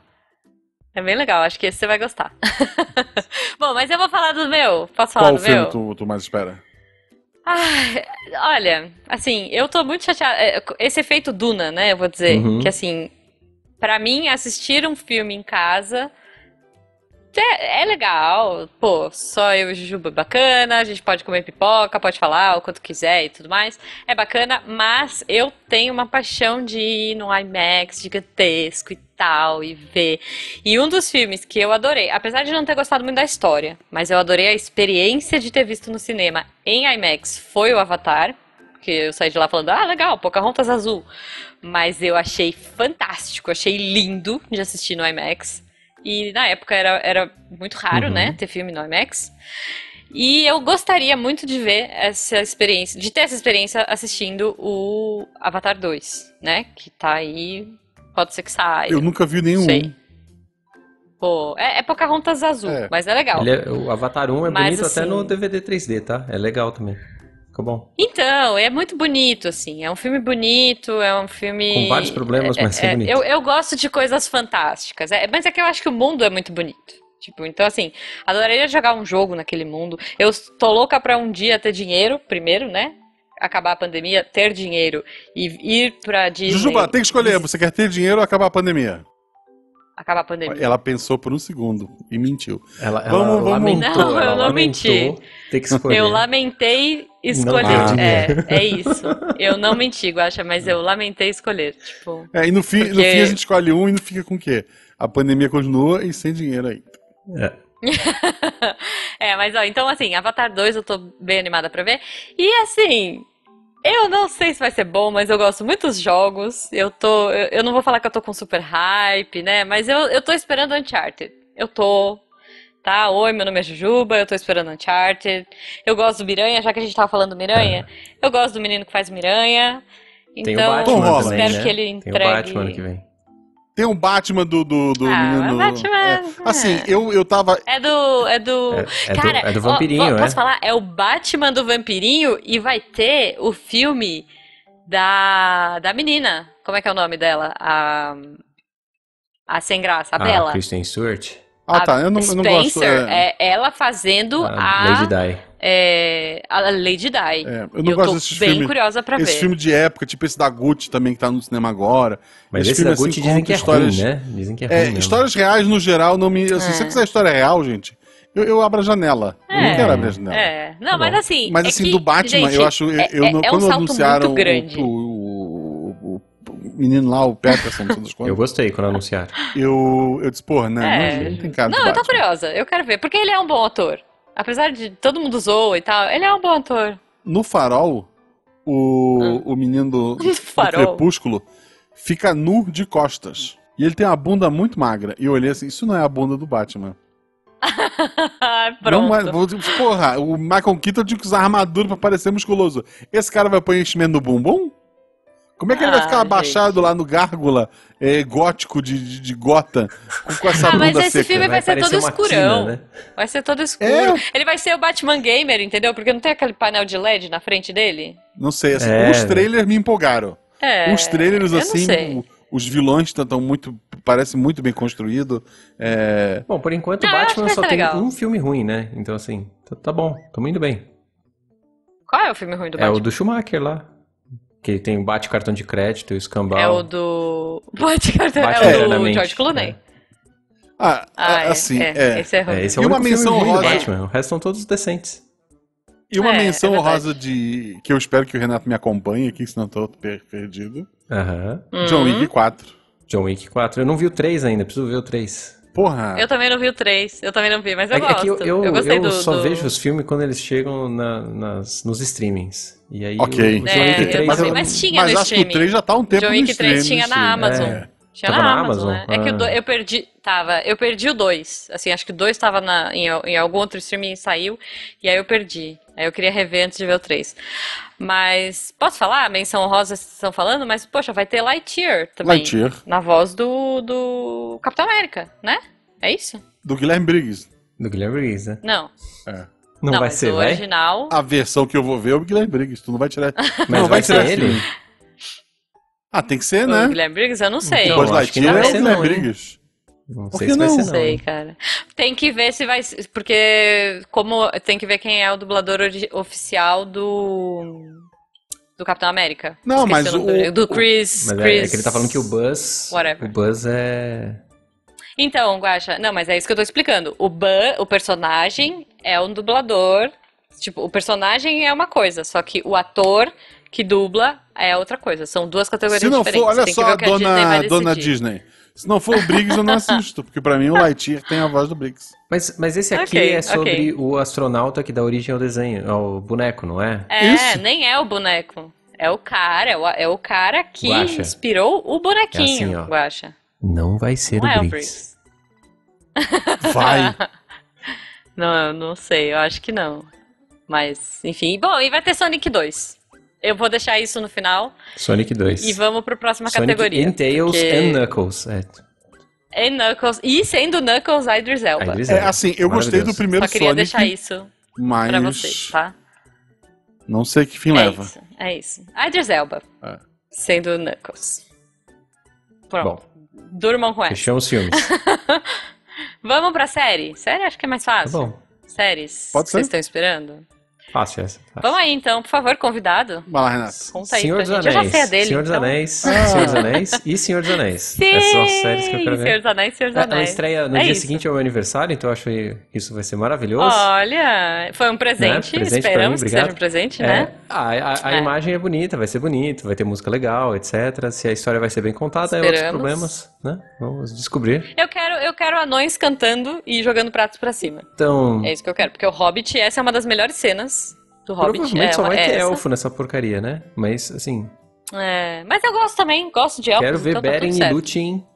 A: É bem legal, acho que esse você vai gostar. Bom, mas eu vou falar do meu. Posso falar
B: Qual
A: do
B: filme
A: meu?
B: tu, tu mais espera?
A: Ai, olha, assim, eu tô muito chateada. É, Esse efeito Duna, né? Eu vou dizer.
C: Uhum.
A: Que assim, pra mim, assistir um filme em casa é, é legal. Pô, só eu e o Jujuba é bacana, a gente pode comer pipoca, pode falar o quanto quiser e tudo mais. É bacana, mas eu tenho uma paixão de ir no IMAX gigantesco e tal, e ver. E um dos filmes que eu adorei, apesar de não ter gostado muito da história, mas eu adorei a experiência de ter visto no cinema em IMAX, foi o Avatar. Porque eu saí de lá falando, ah, legal, Pocahontas azul. Mas eu achei fantástico, achei lindo de assistir no IMAX. E na época era, era muito raro,
C: Uhum.
A: né, ter filme no IMAX. E eu gostaria muito de ver essa experiência, de ter essa experiência assistindo o Avatar 2, né? Que tá aí, pode ser que saia.
B: Eu nunca vi nenhum.
A: Sei. Pô, é, é Pocahontas azul,
B: É.
A: mas é legal.
C: Ele é- o Avatar 1 é
A: Mas,
C: bonito até
A: assim-
C: no DVD 3D, tá? É legal também. Ficou bom.
A: Então, é muito bonito, assim. É um filme bonito, é um filme.
C: Com vários problemas,
A: é,
C: mas é
A: é,
C: bonito.
A: Eu, eu gosto de coisas fantásticas. É, mas é que eu acho que o mundo é muito bonito. Tipo, então assim, adoraria jogar um jogo naquele mundo. Eu tô louca pra um dia ter dinheiro, primeiro, né? Acabar a pandemia, ter dinheiro e ir pra Disney.
B: Jujuba, tem que escolher. Você quer ter dinheiro ou acabar a pandemia?
A: Acabar a pandemia.
B: Ela pensou por um segundo e mentiu.
C: Ela, ela
B: Vamos- vamos-
C: lamentou,
A: Não, eu
C: ela
A: não
C: lamentou
A: menti.
C: ter que escolher.
A: Eu lamentei
C: Não
A: escolher.
C: tinha dinheiro.
A: É, é isso. Eu não menti, Guaxa, mas eu lamentei escolher. Tipo.
B: É, e no fim, no
A: Porque-
B: fim a gente escolhe um e não fica com o quê? A pandemia continua e sem dinheiro aí.
C: É.
A: É, mas ó, então assim, Avatar 2 eu tô bem animada pra ver. E assim, eu não sei se vai ser bom, mas eu gosto muito dos jogos. Eu tô. Eu, eu não vou falar que eu tô com super hype, né? Mas eu, eu tô esperando Uncharted. Eu tô. Tá, oi, meu nome é Jujuba, eu tô esperando Uncharted. Eu gosto do Miranha, já que a gente tava falando do Miranha. Eu gosto do menino que faz o Miranha.
C: É. Tem
A: Então,
C: o Batman
B: Bom,
C: também,
A: espero
C: né?
A: que ele
C: Tem o
A: entregue.
C: Batman ano que vem.
B: Tem um Batman do, do, do
A: Ah,
B: menino.
A: Batman,
B: É. Assim, eu, eu tava.
A: É do. É do.
C: É, é do,
A: Cara,
C: é do
A: ó,
C: vampirinho,
A: ó,
C: é?
A: posso falar? É o Batman do Vampirinho e vai ter o filme da, da menina. Como é que é o nome dela? A, a Sem Graça, a
C: Ah,
A: Bela.
C: Kristen Stewart?
B: Ah,
A: A
B: tá. Eu não, eu não gosto.
A: Spencer,
B: é.
A: é ela fazendo
C: Ah,
A: a,
C: Lady Di.
A: é, a Lady Di.
B: É, eu não
A: eu
B: gosto
A: tô
B: desses
A: bem
B: filmes.
A: curiosa pra
B: Esse
A: ver.
B: filme de época, tipo esse da Gucci também que tá no cinema agora.
C: Mas
B: Esse
C: esse
B: filme,
C: da Gucci
B: assim,
C: dizem
B: conta
C: que é
B: histórias-
C: ruim, né? Dizem que é ruim
B: É,
C: mesmo.
B: histórias reais no geral não me. Assim,
A: É.
B: Se eu quiser história real, gente, eu, eu abro a janela. Eu não
A: É.
B: quero abrir a janela.
A: É, não,
C: Tá
A: mas
C: bom.
A: assim.
B: Mas
A: é
B: assim,
A: que,
B: do Batman,
A: gente,
B: eu acho. Eu,
A: é-
B: eu
A: é-
B: não-
A: é um
B: quando
A: salto muito
B: anunciaram o-
A: grande.
B: O, o- o- o menino lá, o Peterson, não sei das
C: Eu
B: quantas,
C: gostei quando anunciaram.
B: eu, eu disse, porra, né?
A: É.
B: Não, não tem cara de
A: Não, eu tô
B: Batman.
A: curiosa, eu quero ver, porque ele é um bom ator. Apesar de todo mundo zoa e tal, ele é um bom ator.
B: No farol, o, o menino do, do
A: Ah. Farol.
B: crepúsculo fica nu de costas. E ele tem uma bunda muito magra. E eu olhei assim, isso não é a bunda do Batman.
A: Pronto.
B: Não é, vou dizer, porra, o Michael Keaton tinha que usar armadura pra parecer musculoso. Esse cara vai pôr enchimento no bumbum? Como é que ele vai
A: Ah,
B: ficar abaixado lá no gárgula eh, gótico de, de, de gota com, com essa
A: Ah,
B: bunda
A: mas esse
B: seca?
A: filme Ele vai ser
C: parecer
A: todo
C: uma
A: escurão.
C: tina, né?
A: Vai ser todo escuro.
B: É.
A: Ele vai ser o Batman Gamer, entendeu? Porque não tem aquele painel de LED na frente dele.
B: Não sei, assim,
C: É.
B: os trailers me empolgaram.
A: É.
B: os trailers,
A: eu não
B: assim,
A: sei.
B: o- os vilões estão muito. Parece muito bem construído. É,
C: Bom, por enquanto
A: Ah,
C: o
A: eu acho que
C: Batman
A: vai
C: só
A: ser
C: tem
A: legal.
C: um filme ruim, né? Então assim, tá, tá bom, tamo indo bem.
A: Qual é o filme ruim do
C: é o
A: Batman?
C: do Schumacher lá. Que tem o bate cartão de crédito, o escambau.
A: É o do. Bate cartão.
C: Bate
A: É o do
C: eternamente,
A: George Clooney.
C: né?
B: ah,
A: Ah, é,
B: assim,
A: é,
B: é.
A: Esse é ruim.
C: É, esse é
B: E
C: o
B: uma
C: único filme
B: menção
C: ruim do
B: honrosa.
C: Batman. O resto são todos decentes.
B: E uma
A: É, é
B: menção
A: verdade.
B: honrosa de. que eu espero que o Renato me acompanhe aqui, senão eu tô per- perdido.
C: Aham.
B: John
A: Uhum.
B: Wick 4.
C: John Wick 4. Eu não vi o 3 ainda, preciso ver o 3.
B: Porra!
A: Eu também não vi o 3. Eu também não vi, mas eu
C: É,
A: gosto.
C: é que eu, eu,
A: gostei
C: eu
A: do.
C: só
A: do-
C: vejo os filmes quando eles chegam na- nas, nos streamings. E aí
B: Ok.
C: o, o John
A: É,
C: Wick
A: eu
C: 3
A: também,
C: eu-
A: mas tinha
B: mas
A: no
B: acho que o
A: streaming.
B: 3 já tá há um tempo
A: John
B: no
A: Wick 3
B: streaming,
A: tinha
B: sim.
A: na Amazon.
C: É.
A: Tinha
C: Tava
A: na
C: na
A: Amazon, né?
C: Amazon?
A: É que o
C: Ah.
A: do- eu perdi. Tava, eu perdi o 2. Assim, acho que o 2 tava na, em, em algum outro streaming e saiu. E aí eu perdi. Aí eu queria rever antes de ver o 3. Mas. Posso falar? Menção rosa vocês estão falando, mas, poxa, vai ter Lightyear também.
B: Lightyear.
A: Na voz do, do Capitão América, né? É isso?
B: Do Guilherme Briggs.
C: Do Guilherme Reeves, né?
A: Não.
B: É.
C: Não, vai
A: mas
C: ser,
A: o
C: vai?
A: original.
B: A versão que eu vou ver é o Guilherme Briggs. Tu não vai tirar.
C: Mas
B: não, vai
C: vai, ser
B: ser
C: ele?
B: Ah, tem que ser,
A: O
B: né?
A: Guilherme Briggs, eu não sei.
C: Então,
B: Pois
C: Não, acho que
B: Lightyear é
C: não
B: o
C: vai ser
B: Guilherme
C: não, hein?
B: Briggs.
C: Não
B: Por
C: sei
B: que
C: se vai
B: não?
C: ser
A: Não
C: não.
A: sei,
C: hein?
A: cara. Tem que ver se vai. Porque. Como. Tem que ver quem é o dublador ori- oficial do. Do Capitão América.
B: Não,
A: Esqueci
B: mas
A: o nome
B: o-
A: do, do Chris.
C: Mas é,
A: Chris...
C: é que ele tá falando que o Buzz.
A: Whatever.
C: O Buzz é.
A: Então, Guaxa, não, mas é isso que eu tô explicando. O Ban, o personagem, é um dublador. Tipo, o personagem é uma coisa, só que o ator que dubla é outra coisa. São duas categorias
B: Se não
A: diferentes.
B: for, olha
A: é Tem que ver
B: só,
A: o que a Disney
B: dona,
A: vai
B: dona
A: decidir.
B: Disney. Se não for o Briggs, eu não assisto, porque pra mim o Lightyear tem a voz do Briggs.
C: Mas, mas esse aqui
A: Ok,
C: é sobre
A: ok.
C: o astronauta que dá origem ao desenho, ao boneco, não é?
A: É,
B: Isso.
A: nem é o boneco. É o cara, é o, é o cara que
C: Guaxa.
A: inspirou o bonequinho,
C: É assim, ó.
A: Guaxa.
C: Não vai ser
A: Não é
C: o
A: o
C: Briggs.
A: Briggs.
B: Vai!
A: Não, eu não sei, eu acho que não. Mas, enfim. Bom, e vai ter Sonic 2. Eu vou deixar isso no final
C: Sonic 2.
A: e vamos para a próxima
C: Sonic
A: categoria.
C: and Tails
A: porque-
C: and Knuckles. É.
A: E Knuckles. E sendo Knuckles, a Idris Elba.
C: Aí eles
B: É,
C: eram.
B: assim, eu gostei do
C: Maravilhoso.
B: primeiro
A: Só queria
B: Sonic,
A: deixar isso
B: mas
A: pra vocês, tá?
B: não sei que fim
A: É
B: leva.
A: isso, é isso. A Idris Elba,
B: É.
A: sendo Knuckles. Pronto,
C: Ah. Bom,
A: durmam com essa.
C: fechamos os filmes. Tá
A: Vamos pra série? Série acho que é mais fácil.
C: bom.
A: Séries
B: Pode
A: que
B: ser.
A: vocês estão esperando?
C: Fácil essa. fácil.
A: Vamos aí então, por favor, convidado.
B: Vai lá, Renato.
A: Conta aí
C: Senhor
A: pra
C: dos
A: gente.
C: Anéis.
A: Eu já sei a dele.
C: Senhor dos
A: então.
C: Anéis.
B: Ah.
C: Senhor dos Anéis e Senhor dos Anéis. Essas são as É séries que eu quero
A: Sim, Senhor
C: ver.
A: dos Anéis, Senhor dos
C: É, Ela
A: Anéis.
C: estreia no
A: É
C: dia
A: isso.
C: seguinte ao meu aniversário, então eu acho que isso vai ser maravilhoso.
A: Olha, foi um presente.
C: Né? Presente pra
A: Esperamos
C: mim,
A: que seja um
C: obrigado.
A: presente,
C: É,
A: né?
C: A, a- a
A: É.
C: imagem é bonita, vai ser bonito, vai ter música legal, etc. Se a história vai ser bem contada, é outros
A: Esperamos.
C: problemas, né? Vamos descobrir.
A: Eu quero, eu quero anões cantando e jogando pratos pra cima.
C: Então,
A: É isso que eu quero, porque o Hobbit, essa é uma das melhores cenas do Hobbit.
C: provavelmente
A: é,
C: só
A: uma-
C: vai
A: é
C: ter
A: essa.
C: elfo nessa porcaria, né? Mas, assim,
A: É, mas eu gosto também, gosto de elfos,
C: quero ver
A: então tá
C: Beren
A: tudo
C: e
A: certo.
C: Lúthien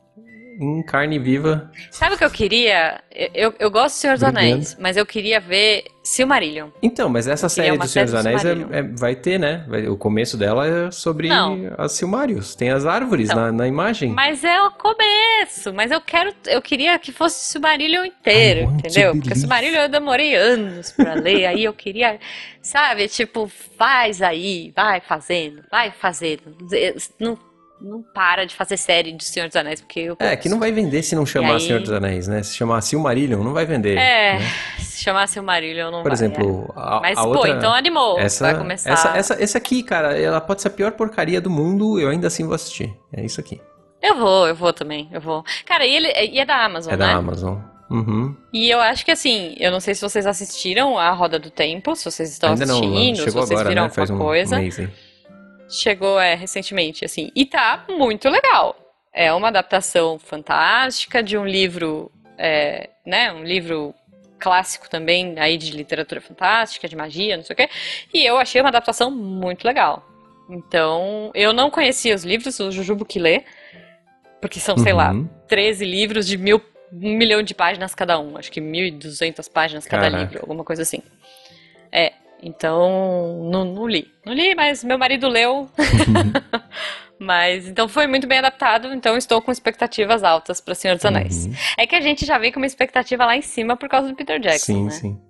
C: em carne viva.
A: Sabe o que eu queria? Eu, eu gosto do Senhor dos
C: Brigando.
A: Anéis, mas eu queria ver Silmarillion.
C: Então, mas essa
A: Seria
C: série
A: uma
C: do Senhor dos
A: série do
C: Anéis é-
A: Silmarillion.
C: é- vai ter, né? Vai- o começo dela é sobre
A: Não.
C: as Silmários. Tem as árvores
A: Não.
C: na, na imagem.
A: Mas é o começo, mas eu quero, eu queria que fosse Silmarillion inteiro,
C: I want to
A: entendeu? Porque
C: believe.
A: Silmarillion eu demorei anos pra ler, aí eu queria, sabe, tipo, faz aí, vai fazendo, vai fazendo. Não, não para de fazer série de Senhor dos Anéis, porque eu
C: É, que não vai vender se não chamar
A: aí-
C: Senhor dos Anéis, né? Se chamar Silmarillion, não vai vender.
A: É,
C: né?
A: se chamar Silmarillion não
C: Por
A: vai, é.
C: exemplo, a,
A: Mas,
C: a
A: pô,
C: outra...
A: então animou,
C: Essa,
A: vai começar.
C: essa, essa, essa aqui, cara, ela pode ser a pior porcaria do mundo, eu ainda assim vou assistir. É isso aqui.
A: Eu vou, eu vou também, eu vou. Cara, e, ele, e é da Amazon,
C: É
A: né?
C: da Amazon. Uhum.
A: E eu acho que assim, eu não sei se vocês assistiram a Roda do Tempo, se vocês estão
C: Ainda não,
A: assistindo, se
C: chegou
A: vocês
C: agora,
A: viram
C: né?
A: alguma
C: Faz um,
A: coisa.
C: um mês aí.
A: Chegou é, recentemente, assim. E tá muito legal. É uma adaptação fantástica de um livro, é, né? Um livro clássico também, aí de literatura fantástica, de magia, não sei o quê. E eu achei uma adaptação muito legal. Então, eu não conhecia os livros, o Jujubo que lê, porque são, Então, sei lá,
C: Uhum.
A: 13 livros de mil, um milhão de páginas cada um. Acho que 1.200 páginas cada
C: Caraca.
A: livro, alguma coisa assim. É, então, não, não li. Não li, mas meu marido leu. mas, então foi muito bem adaptado, então estou com expectativas altas para Senhor dos Anéis.
C: Uhum.
A: É que a gente já veio com uma expectativa lá em cima por causa do Peter Jackson,
C: sim,
A: né?
C: sim.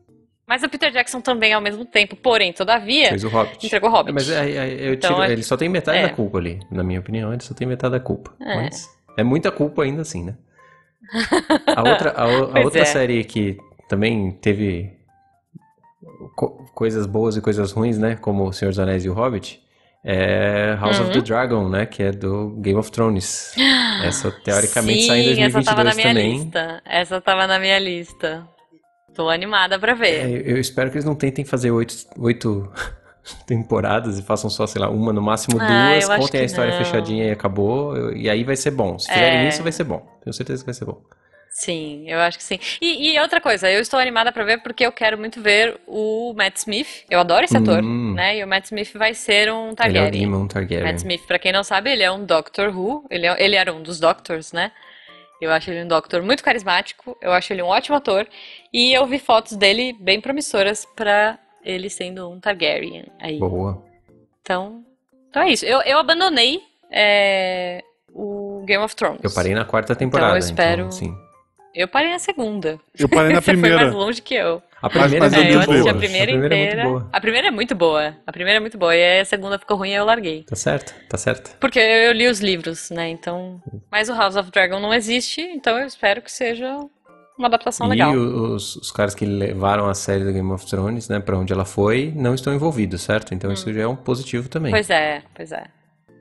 A: Mas o Peter Jackson também ao mesmo tempo, porém, todavia,
C: Fez o Hobbit.
A: entregou Hobbit.
C: É, mas aí- aí eu
A: Então,
C: tiro-
A: é-
C: ele só tem metade
A: é.
C: da culpa ali. Na minha opinião, ele só tem metade da culpa.
A: É.
C: Mas é muita culpa ainda assim, né? A outra, a, o- a
A: Pois
C: outra
A: é.
C: série que também teve co- coisas boas e coisas ruins, né? Como O Senhor dos Anéis e o Hobbit. É House of the
A: Uhum.
C: Dragon, né? Que é do Game of Thrones. Essa teoricamente
A: Sim,
C: sai em
A: essa
C: 2022
A: tava na minha
C: também.
A: lista. Essa tava na minha lista. Tô animada pra
C: É,
A: ver.
C: eu espero que eles não tentem fazer oito, oito temporadas e façam só, sei lá, uma, no máximo
A: Ah,
C: duas,
A: eu acho
C: contem a
A: que
C: história
A: não.
C: fechadinha e acabou, eu- e aí vai ser bom. Se fizerem
A: É.
C: isso, vai ser bom. Tenho certeza que vai ser bom.
A: Sim, eu acho que sim. E, e outra coisa, eu estou animada pra ver porque eu quero muito ver o Matt Smith. Eu adoro esse ator,
C: Hum.
A: né? E o Matt Smith vai ser um
C: Ele é o
A: Targaryen.
C: Demon Targaryen.
A: Matt Smith, pra quem não sabe, ele é um Doctor Who. Ele, é- ele era um dos Doctors, né? Eu acho ele um Doctor muito carismático. Eu acho ele um ótimo ator. E eu vi fotos dele bem promissoras pra ele sendo um Targaryen aí.
C: Boa.
A: Então, então é isso. Eu, eu abandonei é, o Game of Thrones.
C: Eu parei na quarta temporada, então,
A: espero-
C: sim.
A: Eu parei na segunda.
B: Eu parei na
A: Você foi mais um.
B: primeira.
A: longe que eu.
C: A primeira
B: mas eu
A: É, eu
B: devo-
A: assisti
B: boa.
A: a primeira inteira.
C: é muito boa.
A: a primeira é muito boa. A primeira é muito boa. E aí a segunda ficou ruim e eu larguei.
C: Tá certo, tá certo.
A: Porque eu li os livros, né? Então. Mas o House of Dragon não existe, então eu espero que seja uma adaptação
C: e
A: legal.
C: os, os caras que levaram a série do Game of Thrones, né, pra onde ela foi, não estão envolvidos, certo? Então isso já é um positivo também.
A: Hum. Pois é, pois é.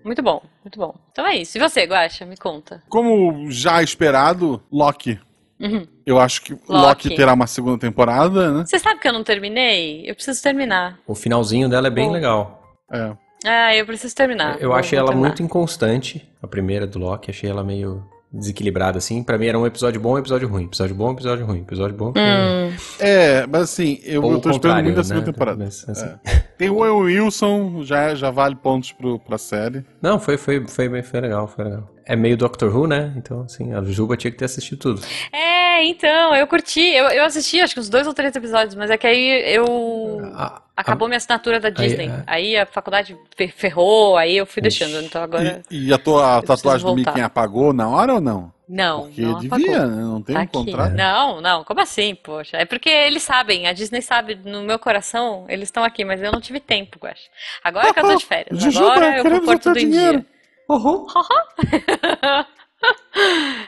A: Muito bom, muito bom. Então é isso. E você, Guaxa, me conta.
B: Como já esperado, Loki.
A: Uhum.
B: Eu acho que Loki.
A: Loki
B: terá uma segunda temporada, né?
A: Você sabe que eu não terminei? Eu preciso terminar.
C: O finalzinho dela é bem
A: Bom.
C: legal.
B: É.
A: Ah, eu preciso terminar.
C: Eu
A: Vou-
C: achei
A: vou
C: ela
A: terminar.
C: muito inconstante, a primeira do Loki, achei ela meio desequilibrada, assim. Pra mim era um episódio bom, episódio ruim, episódio bom, um episódio ruim, episódio bom. episódio
A: Hum,
B: É, mas assim, eu,
C: ruim. Ou
B: eu
C: o
B: tô esperando
C: contrário,
B: muito da
C: né?
B: segunda temporada. É.
C: Mas, assim,
B: Tem o Owen Wilson, já, já vale pontos pro, pra série.
C: Não, foi, foi, foi, bem- foi legal, foi legal. É meio Doctor Who, né? Então, assim, a Juba tinha que ter assistido tudo.
A: É, então, eu curti. Eu, eu assisti acho que uns dois ou três episódios, mas é que aí eu.
C: A- a-
A: Acabou minha assinatura da Disney.
C: é.
A: Aí a faculdade fer- ferrou, aí eu fui
C: Ixi.
A: deixando. Então agora.
B: E, e a tua
A: preciso
B: tatuagem do
A: voltar.
B: Mickey apagou na hora ou não?
A: Não,
B: Porque
A: não apagou.
B: devia, né? Não tem
A: Tá
B: um
A: aqui.
B: contrato.
A: Não, não, como assim, poxa? É porque eles sabem, a Disney sabe, no meu coração, eles estão aqui, mas eu não tive tempo, eu acho. Agora que eu tô de férias,
B: Jujuba,
A: agora é eu vou
B: né? queremos
A: pôr
B: o teu
A: tudo em
B: dinheiro.
A: dia. Uhum.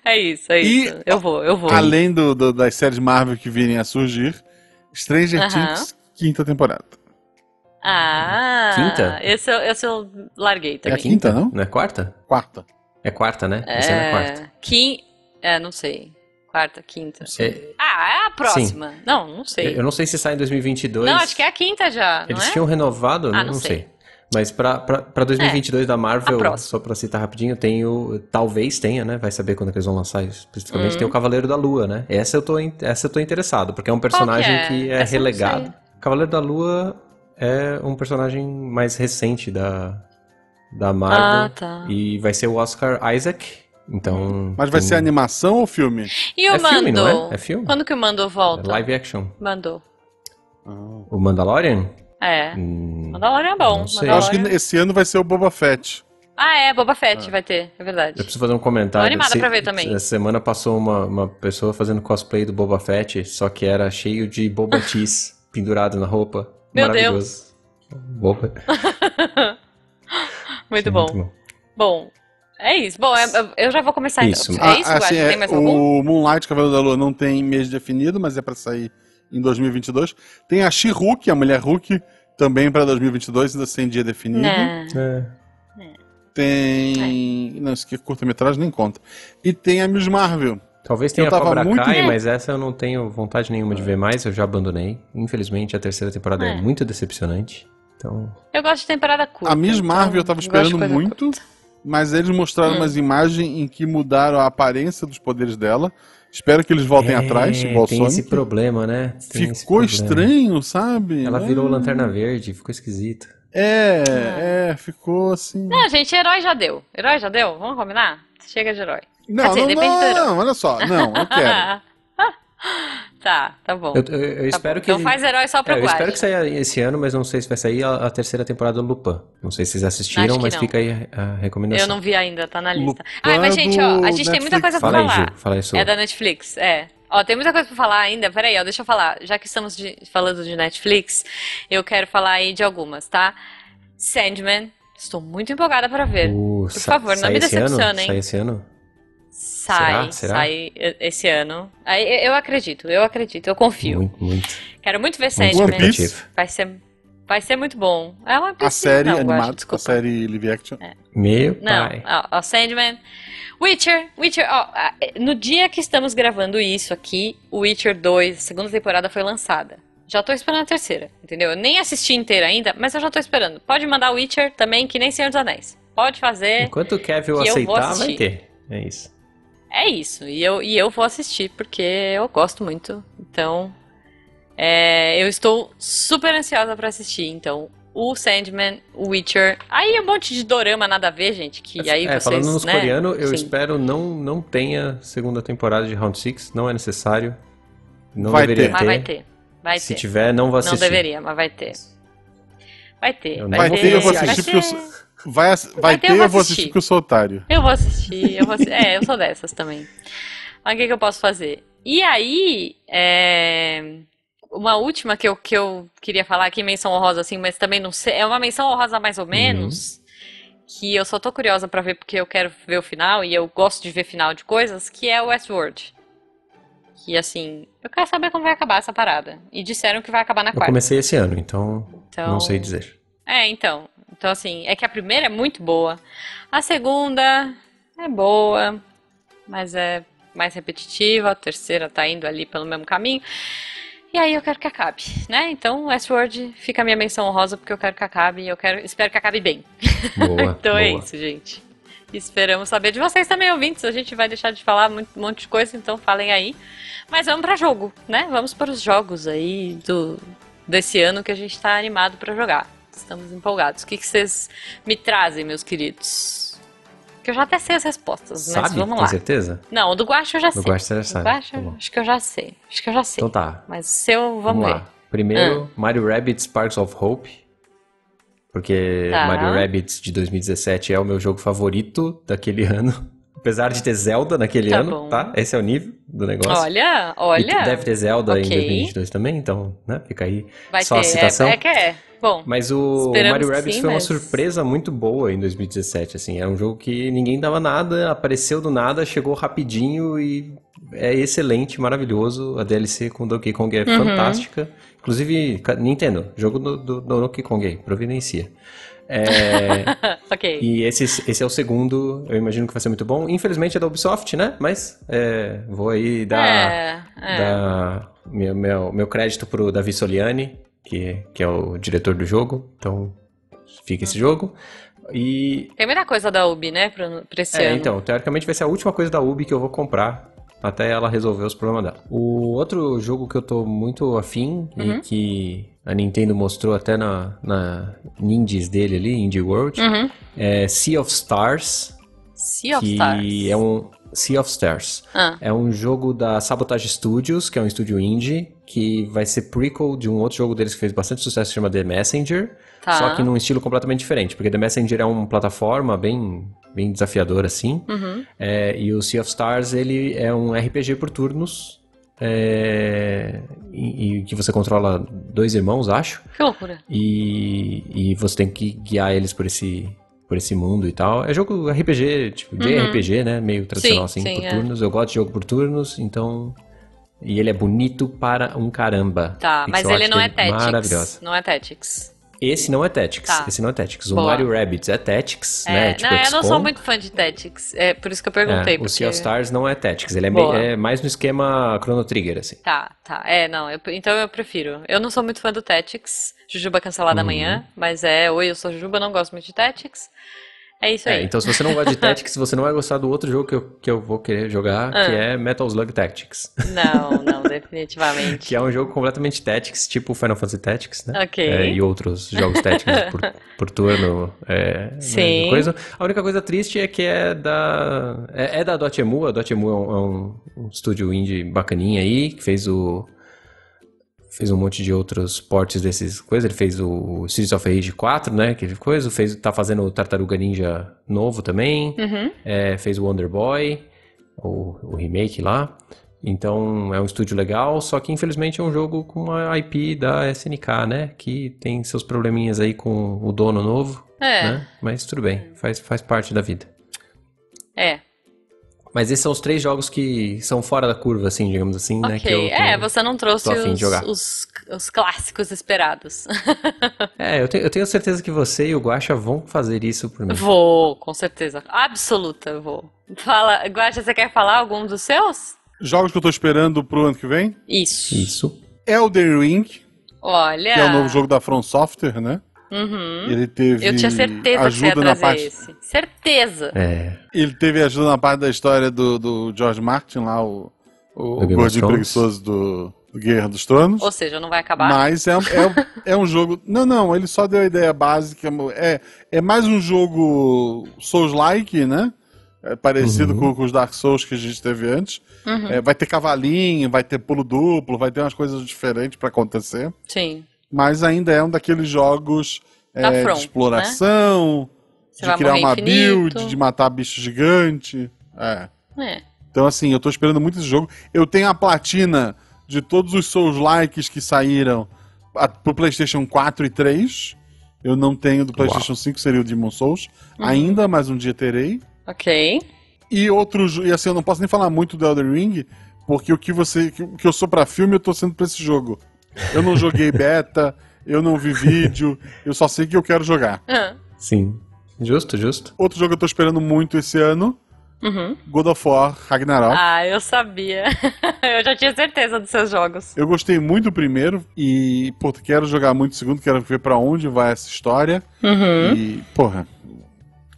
A: É isso, é
B: E-
A: isso. Eu vou, eu vou.
B: Além do, do- das séries Marvel que virem a surgir, Stranger
A: Aham.
B: Things, quinta temporada.
A: Ah,
C: Quinta?
A: esse eu, esse eu larguei
C: É a
A: também.
B: quinta,
C: quinta,
B: não?
C: Não é quarta?
B: Quarta.
C: É quarta, né? Essa é a quarta.
A: quin... é, não sei. Quarta, quinta.
C: É,
A: Ah, é a próxima. Não, não sei.
C: eu não sei se sai em 2022.
A: Não, acho que é a quinta já, não
C: Eles
A: é?
C: tinham renovado? né?
A: Ah,
C: não,
A: não
C: não
A: sei. É,
C: sei. Mas pra, pra, pra 2022 da
A: a
C: Marvel,
A: próxima.
C: só pra citar rapidinho, tem o. Talvez tenha, né? Vai saber quando que eles vão lançar especificamente. Tem o Cavaleiro da Lua, né? Essa eu, tô, in- essa eu tô interessado, porque é um personagem
A: Hum. que é?
C: que é
A: Essa eu não
C: relegado. Cavaleiro da Lua é um personagem mais recente da, da
A: Ah,
C: Marvel.
A: tá.
C: E vai ser o Oscar Isaac. Então.
B: Mas vai
C: tem-
B: ser animação ou filme?
A: E o
C: É
A: Mando?
C: filme, não é? É filme?
A: Quando que o Mando
C: É
A: volta?
C: live action.
A: Mandou. Ah.
C: O Mandalorian?
A: É.
C: Hum,
A: Mandalorian é bom.
C: Não sei.
B: Eu acho que
A: Mandalorian-
B: esse ano vai ser o Boba Fett.
A: Ah, é, Boba Fett vai ter, é verdade.
C: Eu preciso fazer um comentário.
A: Tô animada pra ver também.
C: Essa semana passou uma, uma pessoa fazendo cosplay do Boba Fett, só que era cheio de Boba Cheese pendurado na roupa.
A: Meu
C: Maravilhoso. Boba.
A: Muito bom.
C: Muito
A: Bom, é isso. Bom, é- eu já vou começar então.
C: Isso.
A: É isso,
B: Ah, assim,
A: Guaxa?
B: é,
A: Tem mais algum?
B: o Moonlight Cavaleiro da Lua não tem mês definido, mas é pra sair em 2022. Tem a She-Hulk, a Mulher Hulk, também pra 2022, ainda sem dia definido.
A: Né.
C: É.
B: Tem. Não, isso aqui é curta-metragem, nem conta. E tem a Miss Marvel.
C: Talvez tenha
B: Eu
C: a
B: tava
C: Cobra
B: muito-
C: Kai, mas essa eu não tenho vontade nenhuma de ver mais, eu já abandonei. Infelizmente, a terceira temporada é,
A: É.
C: muito decepcionante. Então,
A: Eu gosto de temporada curta.
B: A Miss
A: então
B: Marvel eu tava
A: gosto de
B: esperando
A: coisa
B: muito,
A: curta.
B: mas eles mostraram
A: Hum.
B: umas imagens em que mudaram a aparência dos poderes dela. Espero que eles voltem atrás,
C: É,
B: igual o
C: tem
B: Sonic.
C: esse problema, né? Tem esse
B: Ficou
C: problema.
B: estranho, sabe?
C: Ela
B: É.
C: virou lanterna verde, ficou esquisito.
B: É,
A: Ah.
B: é, ficou assim.
A: Não, Ah, gente, herói já deu. Herói já deu? Vamos combinar? Chega de herói.
B: Não,
A: dizer,
B: não,
A: depende do
B: não,
A: herói.
B: não, olha só. Não, eu quero.
A: tá, tá bom.
C: Eu, eu- eu
A: Tá
C: espero
A: bom.
C: que.
A: Então faz herói só pra
C: É, eu
A: Guache.
C: espero que saia esse ano, mas não sei se vai sair a, a terceira temporada do Lupin. Não sei se vocês
A: Acho
C: assistiram,
A: que
C: mas
A: não.
C: fica aí a recomendação.
A: Eu não vi ainda, tá na lista.
B: Lupin
A: Ai, mas gente, ó, a
B: do
A: gente tem muita
B: Netflix.
A: coisa pra
C: Fala aí,
A: falar.
C: Ju. Fala aí, Su.
A: É da Netflix, é. Ó, tem muita coisa pra falar ainda. Peraí, ó, deixa eu falar. Já que estamos de- falando de Netflix, eu quero falar aí de algumas, tá? Sandman, estou muito empolgada pra ver.
C: Uh,
A: Por
C: sa-
A: favor, não
C: sai
A: me
C: esse ano?
A: decepciona, hein?
C: Sai esse ano?
A: Sai,
C: Será? Será?
A: sai e- esse ano. Aí, eu- eu acredito, eu acredito, eu confio.
C: Muito, muito.
A: Quero muito ver
C: muito
B: One
A: Sandman.
B: Piece?
C: expectativa.
A: Vai ser, vai ser muito bom. É uma
B: A
A: piscina,
B: série
A: não, Guaxa,
B: animada, a
A: desculpa.
B: série live action.
A: É.
C: Meu
A: Não,
C: pai.
A: ó, ó, Sandman. Witcher, Witcher, ó, a- no dia que estamos gravando isso aqui, o Witcher 2, a segunda temporada foi lançada. Já tô esperando a terceira, entendeu? Eu nem assisti inteira ainda, mas eu já tô esperando. Pode mandar Witcher também, que nem Senhor dos Anéis. Pode fazer,
C: Enquanto o Kevin
A: é que eu vou
C: aceitar, vai
A: assistir.
C: ter. É isso.
A: é isso. E eu, e eu vou assistir, porque eu gosto muito. Então, é, eu estou super ansiosa pra assistir. Então, o Sandman, o Witcher, aí um monte de dorama nada a ver, gente, que aí
C: é,
A: vocês,
C: falando nos
A: né,
C: coreanos, eu
A: enfim.
C: espero não, não tenha segunda temporada de Round 6. Não é necessário. Não
B: Vai
C: deveria
B: ter.
A: Mas vai ter. Vai
C: Se
A: ter.
C: tiver, não vou assistir.
A: Não deveria, mas vai ter. Vai ter.
C: Eu
B: Vai
C: vou
B: ter, eu vou
C: assistir.
B: assistir porque eu sou. Vai, ass- vai
A: Vai ter,
B: ter, eu vou assistir
A: assistir.
B: porque eu sou otário.
A: Eu vou assistir, eu vou assi- É, eu sou dessas também. Mas o que, que eu posso fazer? E aí, é, uma última que eu, que eu queria falar aqui, menção honrosa assim, mas também não sei. É uma menção honrosa mais
B: Uhum.
A: ou menos. Que eu só tô curiosa pra ver porque eu quero ver o final e eu gosto de ver final de coisas, que é o Westworld. Que assim, eu quero saber como vai acabar essa parada. E disseram que vai acabar na
C: Eu
A: quarta.
C: comecei esse ano, então,
A: Então,
C: não sei dizer.
A: É, então. Então, assim, é que a primeira é muito boa. A segunda é boa, mas é mais repetitiva. A terceira tá indo ali pelo mesmo caminho. E aí eu quero que acabe, né? Então, Westworld fica a minha menção honrosa porque eu quero que acabe e eu quero, espero que acabe bem.
C: Boa,
A: então é
C: boa.
A: isso, gente. Esperamos saber de vocês também, ouvintes. A gente vai deixar de falar muito- um monte de coisa, então falem aí. Mas vamos pra jogo, né? Vamos para os jogos aí do, desse ano que a gente tá animado pra jogar. Estamos empolgados. O que, que vocês me trazem, meus queridos? Que eu já até sei as respostas, mas
C: Sabe,
A: vamos lá.
C: com
A: Tá
C: certeza?
A: Não, o do Guacha eu já
C: No
A: sei.
C: Guaxa
A: Do
C: sabe.
A: Guacha,
C: Tá bom.
A: acho que eu já sei. Acho que eu já sei.
C: Então tá,
A: Mas o seu, vamos,
C: vamos
A: ver. Ah.
C: lá. Primeiro, Mario Rabbit Sparks of Hope. Porque
A: Tá.
C: Mario Rabbit de 2017 é o meu jogo favorito daquele ano. Apesar de ter Zelda naquele
A: Tá
C: ano,
A: bom.
C: tá? Esse é o nível do negócio.
A: Olha,
C: E
A: olha.
C: deve ter Zelda em
A: Ok.
C: 2022 também, então, né? Fica aí.
A: Vai
C: só
A: ter.
C: a citação.
A: É, é que é. Bom,
C: Mas o
A: Esperamos
C: Mario
A: que
C: Rabbit
A: sim,
C: foi
A: mas-
C: uma surpresa muito boa em 2017, assim. Era um jogo que ninguém dava nada, apareceu do nada, chegou rapidinho e é excelente, maravilhoso. A DLC com Donkey Kong é
A: Uhum.
C: fantástica. Inclusive, ca- Nintendo, jogo do, do- do Donkey Kong aí, providencia. É,
A: ok.
C: e esse, esse é o segundo, eu imagino que vai ser muito bom. Infelizmente é da Ubisoft, né? Mas é, vou aí dar
A: É, é.
C: dar meu, meu, meu crédito pro Davi Soliani, que, que é o diretor do jogo. Então, fica esse jogo. E.
A: Tem muita coisa da UB, né, pra, pra esse
C: É,
A: ano.
C: então, teoricamente vai ser a última coisa da Ubi que eu vou comprar. Até ela resolver os problemas dela. O outro jogo que eu tô muito afim
A: Uhum.
C: e que a Nintendo mostrou até na, na Indies dele ali, Indie World,
A: Uhum.
C: é Sea of Stars.
A: Sea of
C: que
A: Stars.
C: é um. Sea of Stars.
A: Ah,
C: É um jogo da Sabotage Studios, que é um estúdio indie, que vai ser prequel de um outro jogo deles que fez bastante sucesso, chama The Messenger,
A: tá.
C: só que num estilo completamente diferente, porque The Messenger é uma plataforma bem, bem desafiadora, assim,
A: Uhum.
C: é, e o Sea of Stars, ele é um RPG por turnos, é, e, e que você controla dois irmãos, acho,
A: Que loucura.
C: e, e você tem que guiar eles por esse, por esse mundo e tal. É jogo RPG, tipo, de
A: Uhum.
C: RPG, né? Meio tradicional
A: Sim,
C: assim,
A: sim,
C: por
A: é.
C: turnos. Eu gosto de jogo por turnos, então. E ele é bonito para um caramba.
A: Tá, mas
C: Pixel
A: ele
C: art
A: não é
C: dele
A: Tactics.
C: Maravilhosa.
A: Não é Tactics.
C: Esse não é Tactics.
A: Tá.
C: Esse não é Tactics. O
A: Boa.
C: Mario Rabbids é Tactics,
A: É,
C: né? Tipo,
A: não, eu não sou
C: XCOM.
A: muito fã de Tactics. É por isso que eu
C: É,
A: perguntei.
C: o
A: porque...
C: Sea of Stars não é Tactics. Ele é,
A: Boa.
C: meio- é mais no esquema Chrono Trigger, assim.
A: Tá, tá. É, não. eu- então eu prefiro. Eu não sou muito fã do Tactics. Jujuba cancelada
C: Uhum.
A: amanhã. Mas é, oi, eu sou Jujuba, não gosto muito de Tactics. É isso
C: É,
A: aí.
C: então se você não gosta de Tactics, você não vai gostar do outro jogo que eu, que eu vou querer jogar,
A: Ah.
C: que é Metal Slug Tactics.
A: Não, não, definitivamente.
C: Que é um jogo completamente Tactics, tipo Final Fantasy Tactics, né?
A: Ok.
C: É, e outros jogos Tactics né? por, por turno. é, né,
A: Sim.
C: Coisa. A única coisa triste é que é da. É, é da Dotemu. A Dotemu é um, é um- um estúdio indie bacaninha aí, que fez o. Fez um monte de outros portes desses coisas. Ele fez o Series of Rage 4, né? Aquele coisa. Fez, tá fazendo o Tartaruga Ninja novo também.
A: Uhum.
C: É, fez o Wonder Boy, o, o remake lá. Então é um estúdio legal, só que infelizmente é um jogo com uma IP da SNK, né? Que tem seus probleminhas aí com o dono novo,
A: É,
C: né? Mas tudo bem, faz, faz parte da vida.
A: é.
C: Mas esses são os três jogos que são fora da curva, assim, digamos assim, né? Que
A: Ok.
C: eu
A: É,
C: tenho-
A: você não trouxe
C: tô a fim de
A: os,
C: jogar.
A: os, os clássicos esperados.
C: É, eu tenho, eu tenho certeza que você e o Guacha vão fazer isso por mim.
A: Vou, com certeza. Absoluta, eu vou. Fala, Guaxa, você quer falar algum dos seus?
B: Jogos que eu tô esperando pro ano que vem:
A: Isso.
C: Isso.
B: Elden Ring, que
A: Olha.
B: é o novo jogo da From Software, né?
A: Uhum.
B: Ele teve
A: Eu tinha certeza que você
B: ajuda
A: ia
B: na
A: trazer
B: parte.
A: esse. Certeza.
C: É.
B: Ele teve ajuda na parte da história do, do George Martin, lá, o, o,
C: Do Game of
B: gordinho
C: Thrones.
B: preguiçoso do, do Guerra dos Tronos.
A: Ou seja, não vai acabar?
B: Mas é, é, é um jogo. Não, não, ele só deu a ideia básica. É, é mais um jogo Souls-like, né? É parecido
C: Uhum.
B: com, com os Dark Souls que a gente teve antes.
A: Uhum.
B: É, vai ter cavalinho, vai ter pulo duplo, vai ter umas coisas diferentes pra acontecer.
A: Sim.
B: Mas ainda é um daqueles jogos
A: Da
B: é,
A: From,
B: de exploração,
A: Tá né? Você
B: de
A: vai
B: criar
A: morrer
B: uma
A: infinito.
B: build, de matar bicho gigante. É.
A: É.
B: Então, assim, eu tô esperando muito esse jogo. Eu tenho a platina de todos os Souls likes que saíram a- pro PlayStation 4 e 3. Eu não tenho do PlayStation 5, seria o Demon Souls.
A: Uhum.
B: Ainda, mas um dia terei.
A: Ok.
B: E outro. jo- E assim, eu não posso nem falar muito do Elden Ring, porque o que você. que- O que eu sou pra filme, eu tô sendo pra esse jogo. Eu não joguei beta, eu não vi vídeo, eu só sei que eu quero jogar.
A: Ah,
C: Sim. Justo, justo.
B: Outro jogo que eu tô esperando muito esse ano:
A: Uhum.
B: God of War Ragnarok.
A: Ah, eu sabia. eu já tinha certeza dos seus jogos.
B: Eu gostei muito do primeiro e, puta, quero jogar muito o segundo, quero ver pra onde vai essa história.
A: Uhum.
B: E, porra,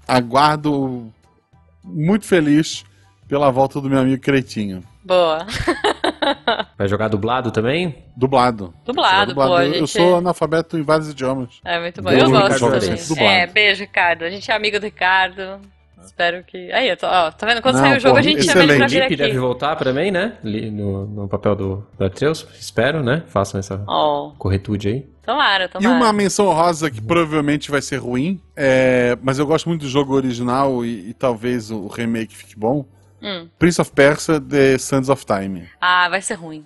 B: aguardo muito feliz pela volta do meu amigo Cretinho.
A: Boa.
C: Vai jogar dublado também?
B: Dublado.
A: Dublado,
B: é Dublado.
A: pô. a
B: Eu- Eu
A: gente-
B: sou analfabeto em vários idiomas.
A: É muito bom.
C: Beijo,
A: eu gosto
C: Ricardo,
A: também.
C: Vicente.
B: Dublado.
A: É, beijo, Ricardo. A gente é amigo do Ricardo. Espero que. Aí, eu tô- ó, tá vendo? Quando
B: Não,
A: sair o jogo,
B: pô,
A: a gente chama ele pra
B: excelente.
A: vir
C: Lipe deve
A: aqui.
C: voltar também, né? Li- No, no papel do, do Atreus, espero, né? Façam essa
A: Ó,
C: corretude aí.
A: tomara,
B: E
A: tomara.
B: uma menção rosa que provavelmente vai ser ruim, é, mas eu gosto muito do jogo original e, e talvez o remake fique bom.
A: Hum.
B: Prince of Persia The Sands of Time.
A: Ah, vai ser ruim.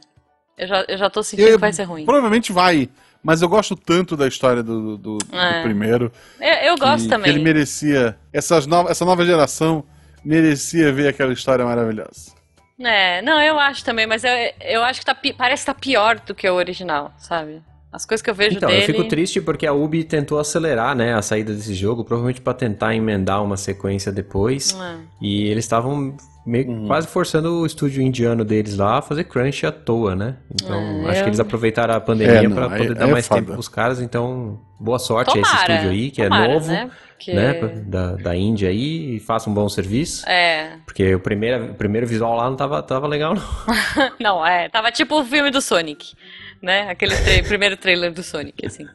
A: Eu já, eu já tô sentindo
B: Eu-
A: que vai ser ruim.
B: Provavelmente vai, mas eu gosto tanto da história do- do- do-
A: É.
B: do primeiro.
A: Eu, eu gosto
B: que-
A: também.
B: que ele merecia. Essas no- essa nova geração merecia ver aquela história maravilhosa.
A: É, não, eu acho também, mas eu, eu acho que tá, pi- parece que tá pior do que o original, sabe? As coisas que eu vejo
C: Então,
A: dele.
C: eu fico triste porque a Ubi tentou acelerar, né, a saída desse jogo, provavelmente pra tentar emendar uma sequência depois.
A: É.
C: E eles estavam meio que
B: Uhum.
C: quase forçando o estúdio indiano deles lá a fazer crunch à toa, né? Então,
A: É,
C: acho
A: eu-
C: que eles aproveitaram a pandemia
B: É,
C: pra
B: não, aí-
C: poder dar
B: aí é
C: mais
B: foda.
C: tempo pros caras, então boa sorte a esse
A: Tomara,
C: estúdio aí, que
A: tomara,
C: é novo,
A: né? Porque-
C: né, da, da Índia aí, e faça um bom serviço.
A: É.
C: Porque o primeiro, o primeiro visual lá não tava, tava legal, não.
A: Não, é. Tava tipo o filme do Sonic, né? Aquele tra- primeiro trailer do Sonic, assim.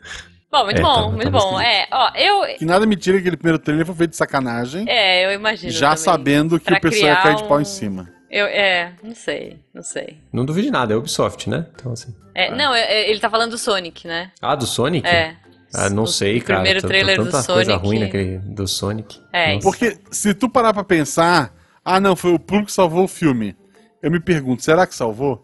A: Bom, muito
C: É,
A: bom,
C: tava-
A: muito
C: tava
A: bom. É,
C: esquisito.
A: ó, eu.
B: Que nada me tira que aquele primeiro trailer foi feito de sacanagem,
A: É, eu imagino.
B: já
A: também.
B: sabendo que
A: Pra
B: o pessoal ia
A: criar
B: cair de pau
A: um-
B: em cima.
A: Eu, é, não sei, não sei.
C: Não duvide nada, é Ubisoft, né? Então, assim.
A: É, Não, é- é, ele tá falando do Sonic, né?
C: Ah, do Sonic?
A: É.
C: Ah, não
A: O-
C: sei,
A: o
C: cara.
A: Primeiro
C: Tá- tá
A: trailer
C: tanta
A: do Sonic.
C: coisa ruim naquele do Sonic.
A: É,
C: Nossa.
B: Porque se tu parar pra pensar, ah não, foi o público que salvou o filme. Eu me pergunto, será que salvou?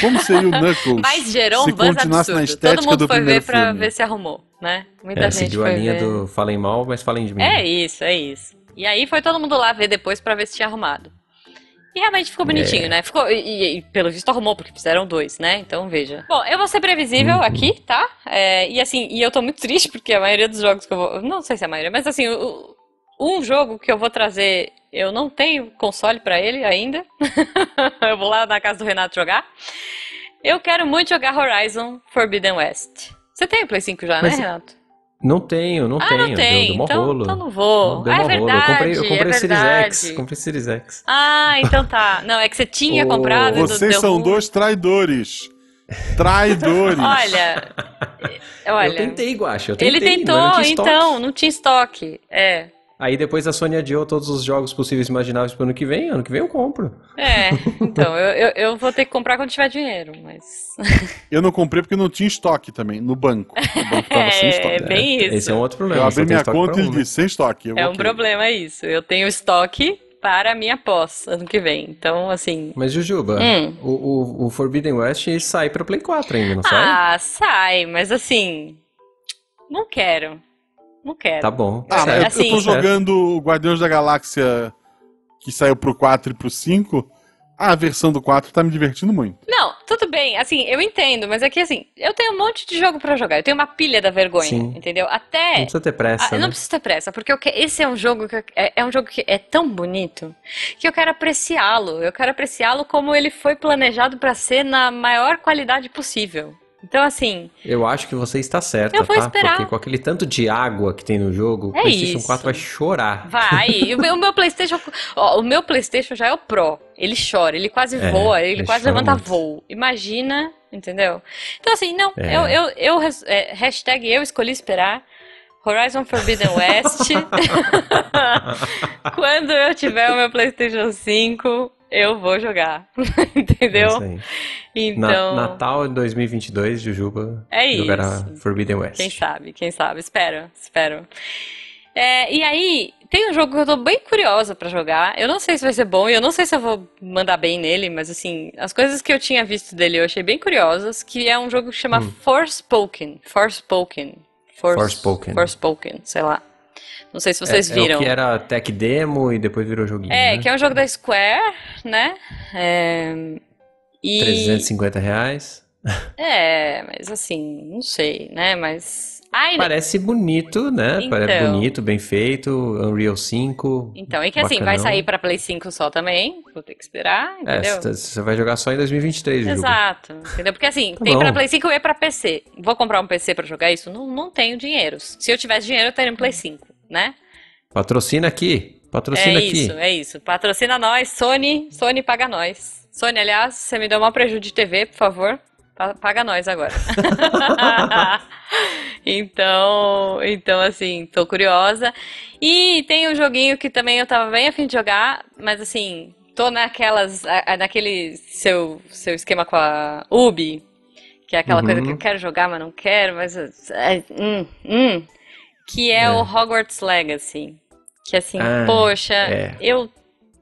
B: Como seria o Knuckles
A: Mas gerou um
B: se
A: buzz
B: continuasse na
A: absurdo.
B: estética
A: Todo mundo
B: do
A: foi ver
B: primeiro
A: pra
B: filme?
A: ver se arrumou, né? Muita
C: É,
A: gente
C: seguiu a
A: foi
C: linha
A: ver.
C: do falem mal, mas falem de mim.
A: É isso, é isso. E aí foi todo mundo lá ver depois pra ver se tinha arrumado. E realmente ficou
C: É.
A: bonitinho, né? Ficou, e, e- e pelo visto arrumou, porque fizeram dois, né? Então veja. Bom, eu vou ser previsível
C: Uhum.
A: aqui, tá? É, e assim, e eu tô muito triste porque a maioria dos jogos que eu vou. Não sei se é a maioria, mas assim, o- um jogo que eu vou trazer, eu não tenho console pra ele ainda. eu vou lá na casa do Renato jogar. Eu quero muito jogar Horizon Forbidden West. Você tem o Play 5 já,
C: Mas-
A: né, Renato?
C: Não tenho, não
A: Ah,
C: tenho.
A: não tem.
C: Deu, deu mó
A: então,
C: rolo.
A: então não vou.
C: Deu
A: ah,
C: mó
A: é
C: rolo. Eu
A: verdade.
C: comprei, eu comprei
A: é
C: Series
A: verdade.
C: X. Comprei Series X.
A: Ah, então tá. Não, é que você tinha
C: Ô,
A: comprado. e não
B: Vocês
A: um deu
B: são
A: ruim.
B: dois traidores. Traidores.
A: Olha, eh, olha.
C: Eu tentei, Guacha. Eu tentei,
A: ele tentou,
C: mas não tinha estoque.
A: então, não tinha estoque. É.
C: Aí depois a Sony adiou todos os jogos possíveis e imagináveis pro ano que vem. Ano que vem eu compro.
A: É, então, eu, eu, eu vou ter que comprar quando tiver dinheiro, mas.
B: Eu não comprei porque não tinha estoque também, no banco. O banco tava sem
A: É,
B: estoque.
A: bem isso.
C: Esse é um outro
B: Eu
C: problema. só
B: abri
C: tem
B: minha
C: estoque
B: conta
C: pra
B: e
C: um, né?
B: ele disse, sem estoque. Eu,
A: É um
B: ok.
A: problema isso. Eu tenho estoque para a minha pós ano que vem. Então, assim.
C: Mas Jujuba,
A: Hum.
C: o, o- o Forbidden West sai pra Play 4 ainda, não sai?
A: Ah, sai, mas assim. Não quero. Não quero.
C: Tá bom.
B: Ah, mas eu-
A: Assim-
B: eu tô jogando o Guardiões da Galáxia que saiu pro 4 e pro 5. A versão do 4 tá me divertindo muito.
A: Não, tudo bem, assim, eu entendo, mas é que assim, eu tenho um monte de jogo pra jogar. Eu tenho uma pilha da vergonha,
C: Sim.
A: entendeu?
C: Não
A: Até.
C: precisa ter pressa,
A: Ah, eu
C: né?
A: não preciso ter pressa, porque eu que- esse é um jogo que eu- é, é um jogo que é tão bonito que eu quero apreciá-lo. Eu quero apreciá-lo como ele foi planejado pra ser na maior qualidade possível. Então, assim,
C: Eu acho que você está certa,
A: Eu vou
C: tá?
A: esperar.
C: Porque com aquele tanto de água que tem no jogo, o
A: É
C: PlayStation
A: isso.
C: 4 vai chorar.
A: vai. E o meu, o meu PlayStation, ó, o meu PlayStation já é o Pro. Ele chora, ele quase
C: É,
A: voa, ele,
C: ele
A: quase
C: chora
A: levanta
C: muito.
A: voo. Imagina, entendeu? Então assim, não,
C: É.
A: eu, eu, eu res- é, hashtag eu escolhi esperar. Horizon Forbidden West. Quando eu tiver o meu PlayStation 5, eu vou jogar.
C: É
A: Entendeu?
C: isso aí. é. Na-
A: Então,
C: Natal de 2022, Jujuba
A: é isso.
C: jogará Forbidden West.
A: Quem sabe, quem sabe. Espero, espero. É, e aí, tem um jogo que eu tô bem curiosa pra jogar. Eu não sei se vai ser bom e eu não sei se eu vou mandar bem nele, mas assim, as coisas que eu tinha visto dele eu achei bem curiosas, que é um jogo que chama
C: Hum.
A: Forspoken. Forspoken. Fors-
C: Forspoken.
A: Forspoken, sei lá. Não sei se
C: É-
A: vocês
C: é
A: viram.
C: o que era tech demo e depois virou joguinho,
A: É,
C: né?
A: que é um jogo da Square, né? É, e-
C: 350 reais.
A: É, mas assim, não sei, né? Mas. Ai,
C: Parece bonito, né?
A: Então.
C: Parece bonito, bem feito. Unreal 5.
A: Então, é que assim, vai
C: Bacanão.
A: sair pra Play 5 só também, vou ter que esperar,
C: É,
A: entendeu?
C: cê- você vai jogar só em 2023, Jujuba.
A: Exato, entendeu? Porque assim,
C: Tá
A: tem
C: bom.
A: pra Play 5 e pra PC. Vou comprar um PC pra jogar isso? Não, não tenho dinheiro. Se eu tivesse dinheiro, eu teria um
C: Uhum.
A: Play 5, né?
C: Patrocina aqui. Patrocina
A: é
C: aqui.
A: isso, é isso. Patrocina nós, Sony, Sony paga nós. Sony, aliás, você me deu uma prejuízo de TV, por favor. Pa- Paga nós agora. então, então assim, tô curiosa. E tem um joguinho que também eu tava bem afim de jogar, mas assim, tô naquelas, a- a- naquele seu, seu esquema com a Ubi, que é aquela
C: Uhum.
A: coisa que eu quero jogar, mas não quero, mas ai, hum, hum, que é,
C: É.
A: o Hogwarts Legacy. Que assim,
C: Ah,
A: poxa,
C: é.
A: eu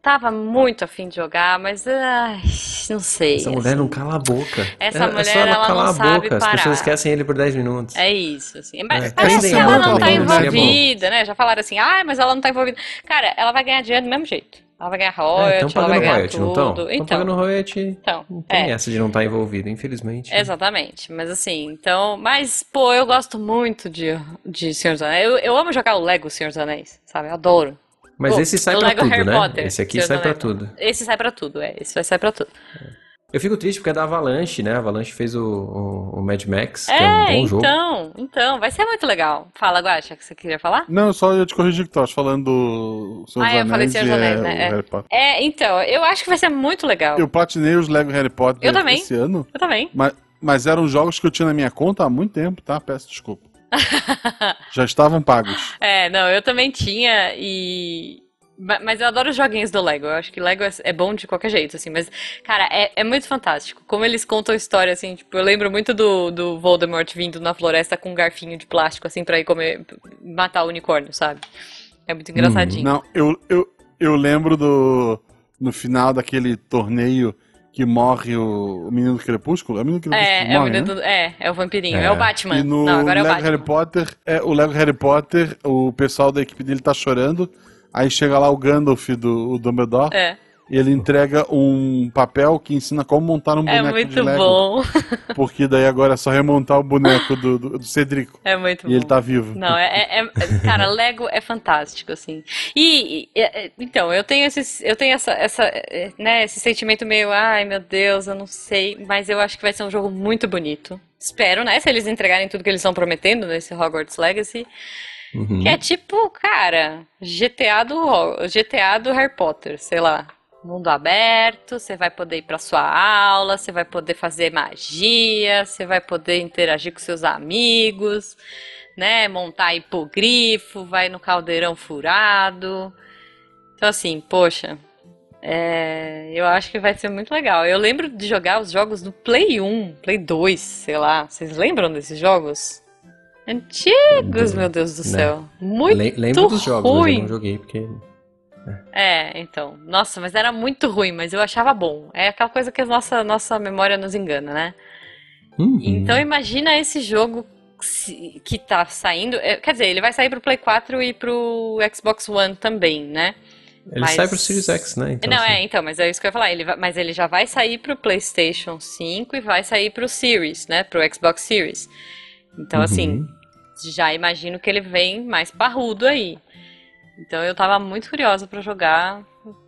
A: tava muito afim de jogar, mas ai, não sei.
C: Essa mulher
A: assim.
C: não cala a boca.
A: Essa
C: É- é só
A: mulher, ela
C: calar
A: não
C: a
A: sabe
C: boca. As
A: parar.
C: pessoas esquecem ele por 10 minutos.
A: É isso, assim. Mas
C: É,
A: parece
B: prendem
A: que ela
B: ela
A: não tá
B: também, não seria bom.
A: envolvida, né? Já falaram assim, ah, mas ela não tá envolvida. Cara, ela vai ganhar dinheiro do mesmo jeito. Ela vai ganhar
C: É,
A: royalty,
C: tão
A: ela vai
C: pagando
A: ganhar
C: royalty, então. não estão?
A: tudo.
C: Estão pagando royalty.
A: então,
C: Não
A: é.
C: tem essa de não estar envolvido, infelizmente.
A: Exatamente, mas assim, então, mas pô, eu gosto muito de, de Senhor dos Anéis. Eu, eu amo jogar o Lego Senhor dos Anéis, sabe? Eu adoro.
C: Mas
A: Pô,
C: esse sai pra
A: Lego
C: tudo,
A: Harry
C: né?
A: Potter,
C: Esse aqui
A: Senhor
C: sai
A: dos
C: pra
A: Anéis.
C: tudo.
A: Esse sai pra tudo, é, esse vai sair pra tudo.
C: Eu fico triste porque é da Avalanche, né? A Avalanche fez o, o- o Mad Max, que é um
A: É,
C: bom jogo.
A: então, então, vai ser muito legal. Fala, Guaxa, que você queria falar?
B: Não, só eu te corrigir que tu tava falando do Senhor
A: Ah,
B: dos
A: eu falei
B: Anéis
A: Senhor dos
B: e
A: Anéis,
B: é
A: né?
B: o
A: É.
B: Harry Potter.
A: É, então, eu acho que vai ser muito legal.
B: Eu platinei os Lego Harry Potter
A: Eu também.
B: esse ano,
A: Eu também.
B: mas, mas eram jogos que eu tinha na minha conta há muito tempo, tá? Peço desculpa. Já estavam pagos.
A: É, não, eu também tinha e. ma- Mas eu adoro os joguinhos do Lego. Eu acho que Lego é- é bom de qualquer jeito, assim. Mas, cara, é, é muito fantástico. Como eles contam a história, assim. Tipo, eu lembro muito do, do Voldemort vindo na floresta com um garfinho de plástico, assim, pra ir comer, matar o unicórnio, sabe? É muito engraçadinho.
B: Não, eu, eu, eu lembro do. No final daquele torneio que morre o, o menino do Crepúsculo. É o menino do Crepúsculo que
A: É, é, o
B: morre, né?
A: menino do- é, é o vampirinho. É,
C: É.
A: o Batman.
B: E no
A: não, agora é o
B: Lego
A: Batman.
B: Harry Potter, é, o Lego Harry Potter, o pessoal da equipe dele tá chorando. Aí chega lá o Gandalf do o Dumbledore
A: É.
B: ele entrega um papel que ensina como montar um
A: É
B: boneco de
A: muito
B: Lego.
A: bom.
B: Porque daí agora é só remontar o boneco do, do, do Cedrico.
A: É muito
B: E ele
A: bom.
B: tá vivo.
A: Não, é, é- é- Cara, Lego é fantástico, assim. E, e- é- é- então, eu tenho esses, eu tenho essa, essa, é, né, esse sentimento meio, ai meu Deus, eu não sei, mas eu acho que vai ser um jogo muito bonito. Espero, né? Se eles entregarem tudo que eles estão prometendo nesse Hogwarts Legacy.
C: Uhum.
A: Que é tipo, cara, GTA do, Ho- GTA do Harry Potter, sei lá. Mundo aberto, você vai poder ir pra sua aula, você vai poder fazer magia, você vai poder interagir com seus amigos, né? Montar hipogrifo, vai no caldeirão furado. Então, assim, poxa, é, eu acho que vai ser muito legal. Eu lembro de jogar os jogos do Play 1, Play 2, sei lá. Vocês lembram desses jogos? Antigos,
C: Do-
A: meu Deus do
C: né.
A: céu. Muito
C: Le- lembro dos jogos, mas eu
A: ruim.
C: não joguei, porque.
A: É, então. Nossa, mas era muito ruim, mas eu achava bom. É aquela coisa que a nossa, nossa memória nos engana, né?
C: Uhum.
A: Então imagina esse jogo que se- que tá saindo. é, Quer dizer, ele vai sair pro Play 4 e pro Xbox One também, né?
C: Ele
A: mas-
C: sai pro Series X, né? Então,
A: Não,
C: assim,
A: é, então, mas é isso que eu ia falar. Ele vai- mas ele já vai sair pro PlayStation 5 e vai sair pro Series, né? Pro Xbox Series. Então, assim,
C: uhum.
A: já imagino que ele vem mais parrudo aí. Então eu tava muito curiosa pra jogar,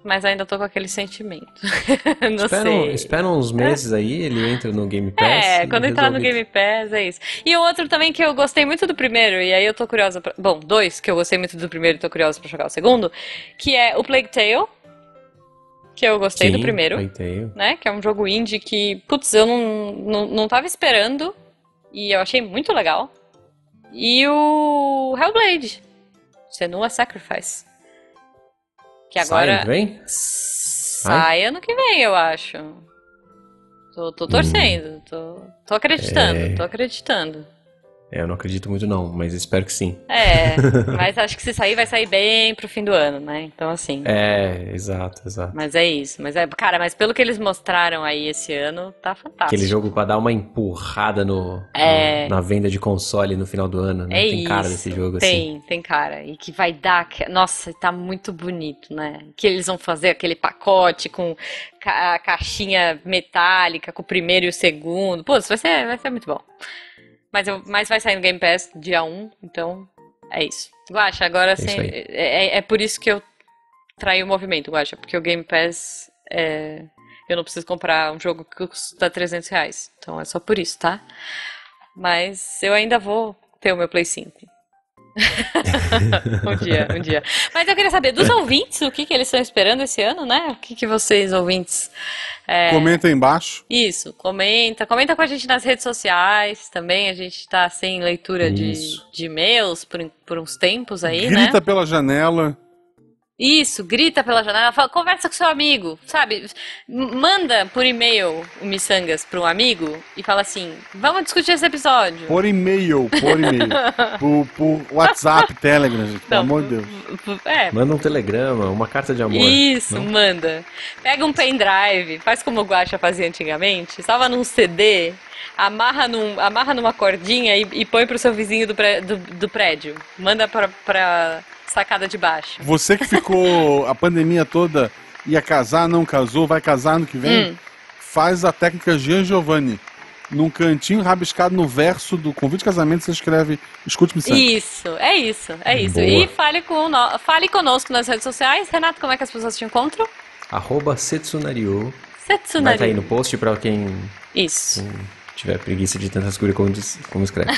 A: mas ainda tô com aquele sentimento. Não
C: Espera, um-
A: sei.
C: espera uns meses aí, ele entra no Game Pass.
A: Ah. É,
C: e
A: quando entrar no Game
C: resolve-
A: Pass, é isso. E o outro também que eu gostei muito do primeiro, e aí eu tô curiosa pra... Bom, dois que eu gostei muito do primeiro e tô curiosa pra jogar o segundo, que é o Plague Tale, que eu gostei do
C: Sim,
A: primeiro
C: Plague Tale.
A: né? Que é um jogo indie que, putz, eu não, não, não tava esperando e eu achei muito legal. E o Hellblade, Senua Sacrifice. Que
C: Sai,
A: agora
C: vem?
A: sai, ano que vem, eu acho. Tô, tô torcendo, tô, tô acreditando,
C: Hum. É.
A: tô acreditando.
C: É, eu não acredito muito não, mas espero que sim.
A: É, mas acho que se sair, vai sair bem pro fim do ano, né? Então, assim.
C: É, exato, exato.
A: Mas é isso. Mas é, cara, mas pelo que eles mostraram aí esse ano, tá fantástico.
C: Aquele jogo pra dar uma empurrada no,
A: É.
C: no- na venda de console no final do ano, né?
A: É
C: tem cara desse
A: isso,
C: jogo assim.
A: Tem, tem cara. E que vai dar. que- Nossa, tá muito bonito, né? Que eles vão fazer aquele pacote com ca- a caixinha metálica, com o primeiro e o segundo. Pô, isso vai ser, vai ser muito bom. Mas, eu- mas vai sair no Game Pass dia 1, então é isso. Guacha, agora
C: isso
A: sim.
C: aí.
A: É, é- é por isso que eu traí o movimento, Guacha, porque o Game Pass é. Eu não preciso comprar um jogo que custa 300 reais. Então é só por isso, tá? Mas eu ainda vou ter o meu Play 5. um dia, um dia. Mas eu queria saber dos ouvintes, o que, que eles estão esperando esse ano, né? O que, que vocês, ouvintes. é,
B: Comenta aí embaixo.
A: Isso, comenta. Comenta com a gente nas redes sociais também. A gente tá sem leitura de,
C: Isso.
A: de e-mails por, por uns tempos aí, né?
B: Grita pela janela.
A: Isso, grita pela janela, fala, conversa com seu amigo, sabe? M- Manda por e-mail o Missangas para um amigo e fala assim: vamos discutir esse episódio.
B: Por e-mail, por e-mail. por, por WhatsApp, Telegram, gente, pelo
A: Não,
B: amor de Deus.
A: v- v- É,
C: Manda um telegrama, uma carta de é amor.
A: Isso,
C: Não?
A: manda. Pega um pendrive, faz como o Guaxa fazia antigamente, salva num CD, amarra, num, amarra numa cordinha e, e põe pro seu vizinho do, pré- do- do prédio. Manda pra, pra sacada de baixo.
B: Você que ficou a pandemia toda, ia casar, não casou, vai casar ano que vem,
A: Hum,
B: faz a técnica Gian Giovanni. Num cantinho rabiscado no verso do convite de casamento, você escreve Escute-me sempre.
A: isso, é isso, é isso.
C: Boa.
A: E fale, com, no- fale conosco nas redes sociais. Renato, como é que as pessoas te encontram?
C: Arroba Setsunariu. Vai
A: Setsunari.
C: tá aí no post pra quem
A: Isso,
C: tiver preguiça de tantas curas como, diz- como escreve.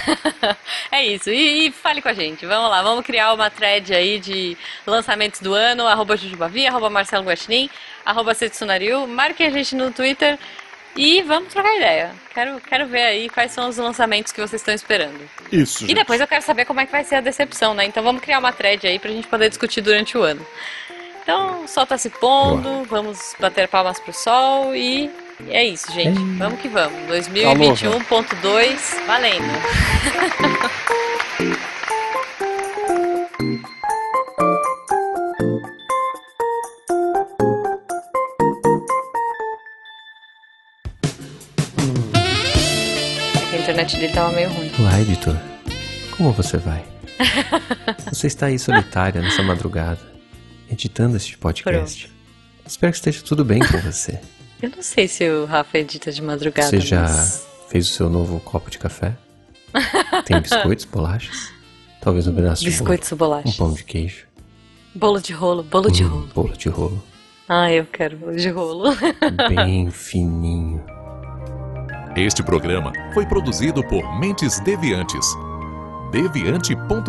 A: é isso. E, e fale com a gente. Vamos lá, vamos criar uma thread aí de lançamentos do ano, arroba Jujubavi, arroba Marcelo Guaxinim, arroba Setsunariu. Marquem a gente no Twitter e vamos trocar ideia. Quero, quero ver aí quais são os lançamentos que vocês estão esperando.
B: Isso,
A: E
B: gente.
A: depois eu quero saber como é que vai ser a decepção, né? Então vamos criar uma thread aí pra gente poder discutir durante o ano. Então, o sol tá se pondo, vamos bater palmas pro sol e é isso, gente. Vamos que vamos. 2021.2, valendo. É que a internet dele tava meio ruim.
C: Olá, editor. Como você vai? Você está aí solitária nessa madrugada, editando este podcast. Espero que esteja tudo bem com você.
A: Eu não sei se o Rafa edita de madrugada.
C: Você já
A: mas-
C: fez o seu novo copo de café? Tem biscoitos, bolachas? Talvez um pedaço de bolo,
A: Biscoitos ou bolachas?
C: Um pão de queijo.
A: Bolo de rolo, bolo de
C: um
A: rolo.
C: bolo de rolo.
A: Ah, eu quero bolo de rolo.
C: Bem fininho.
D: Este programa foi produzido por Mentes Deviantes. deviante.com.br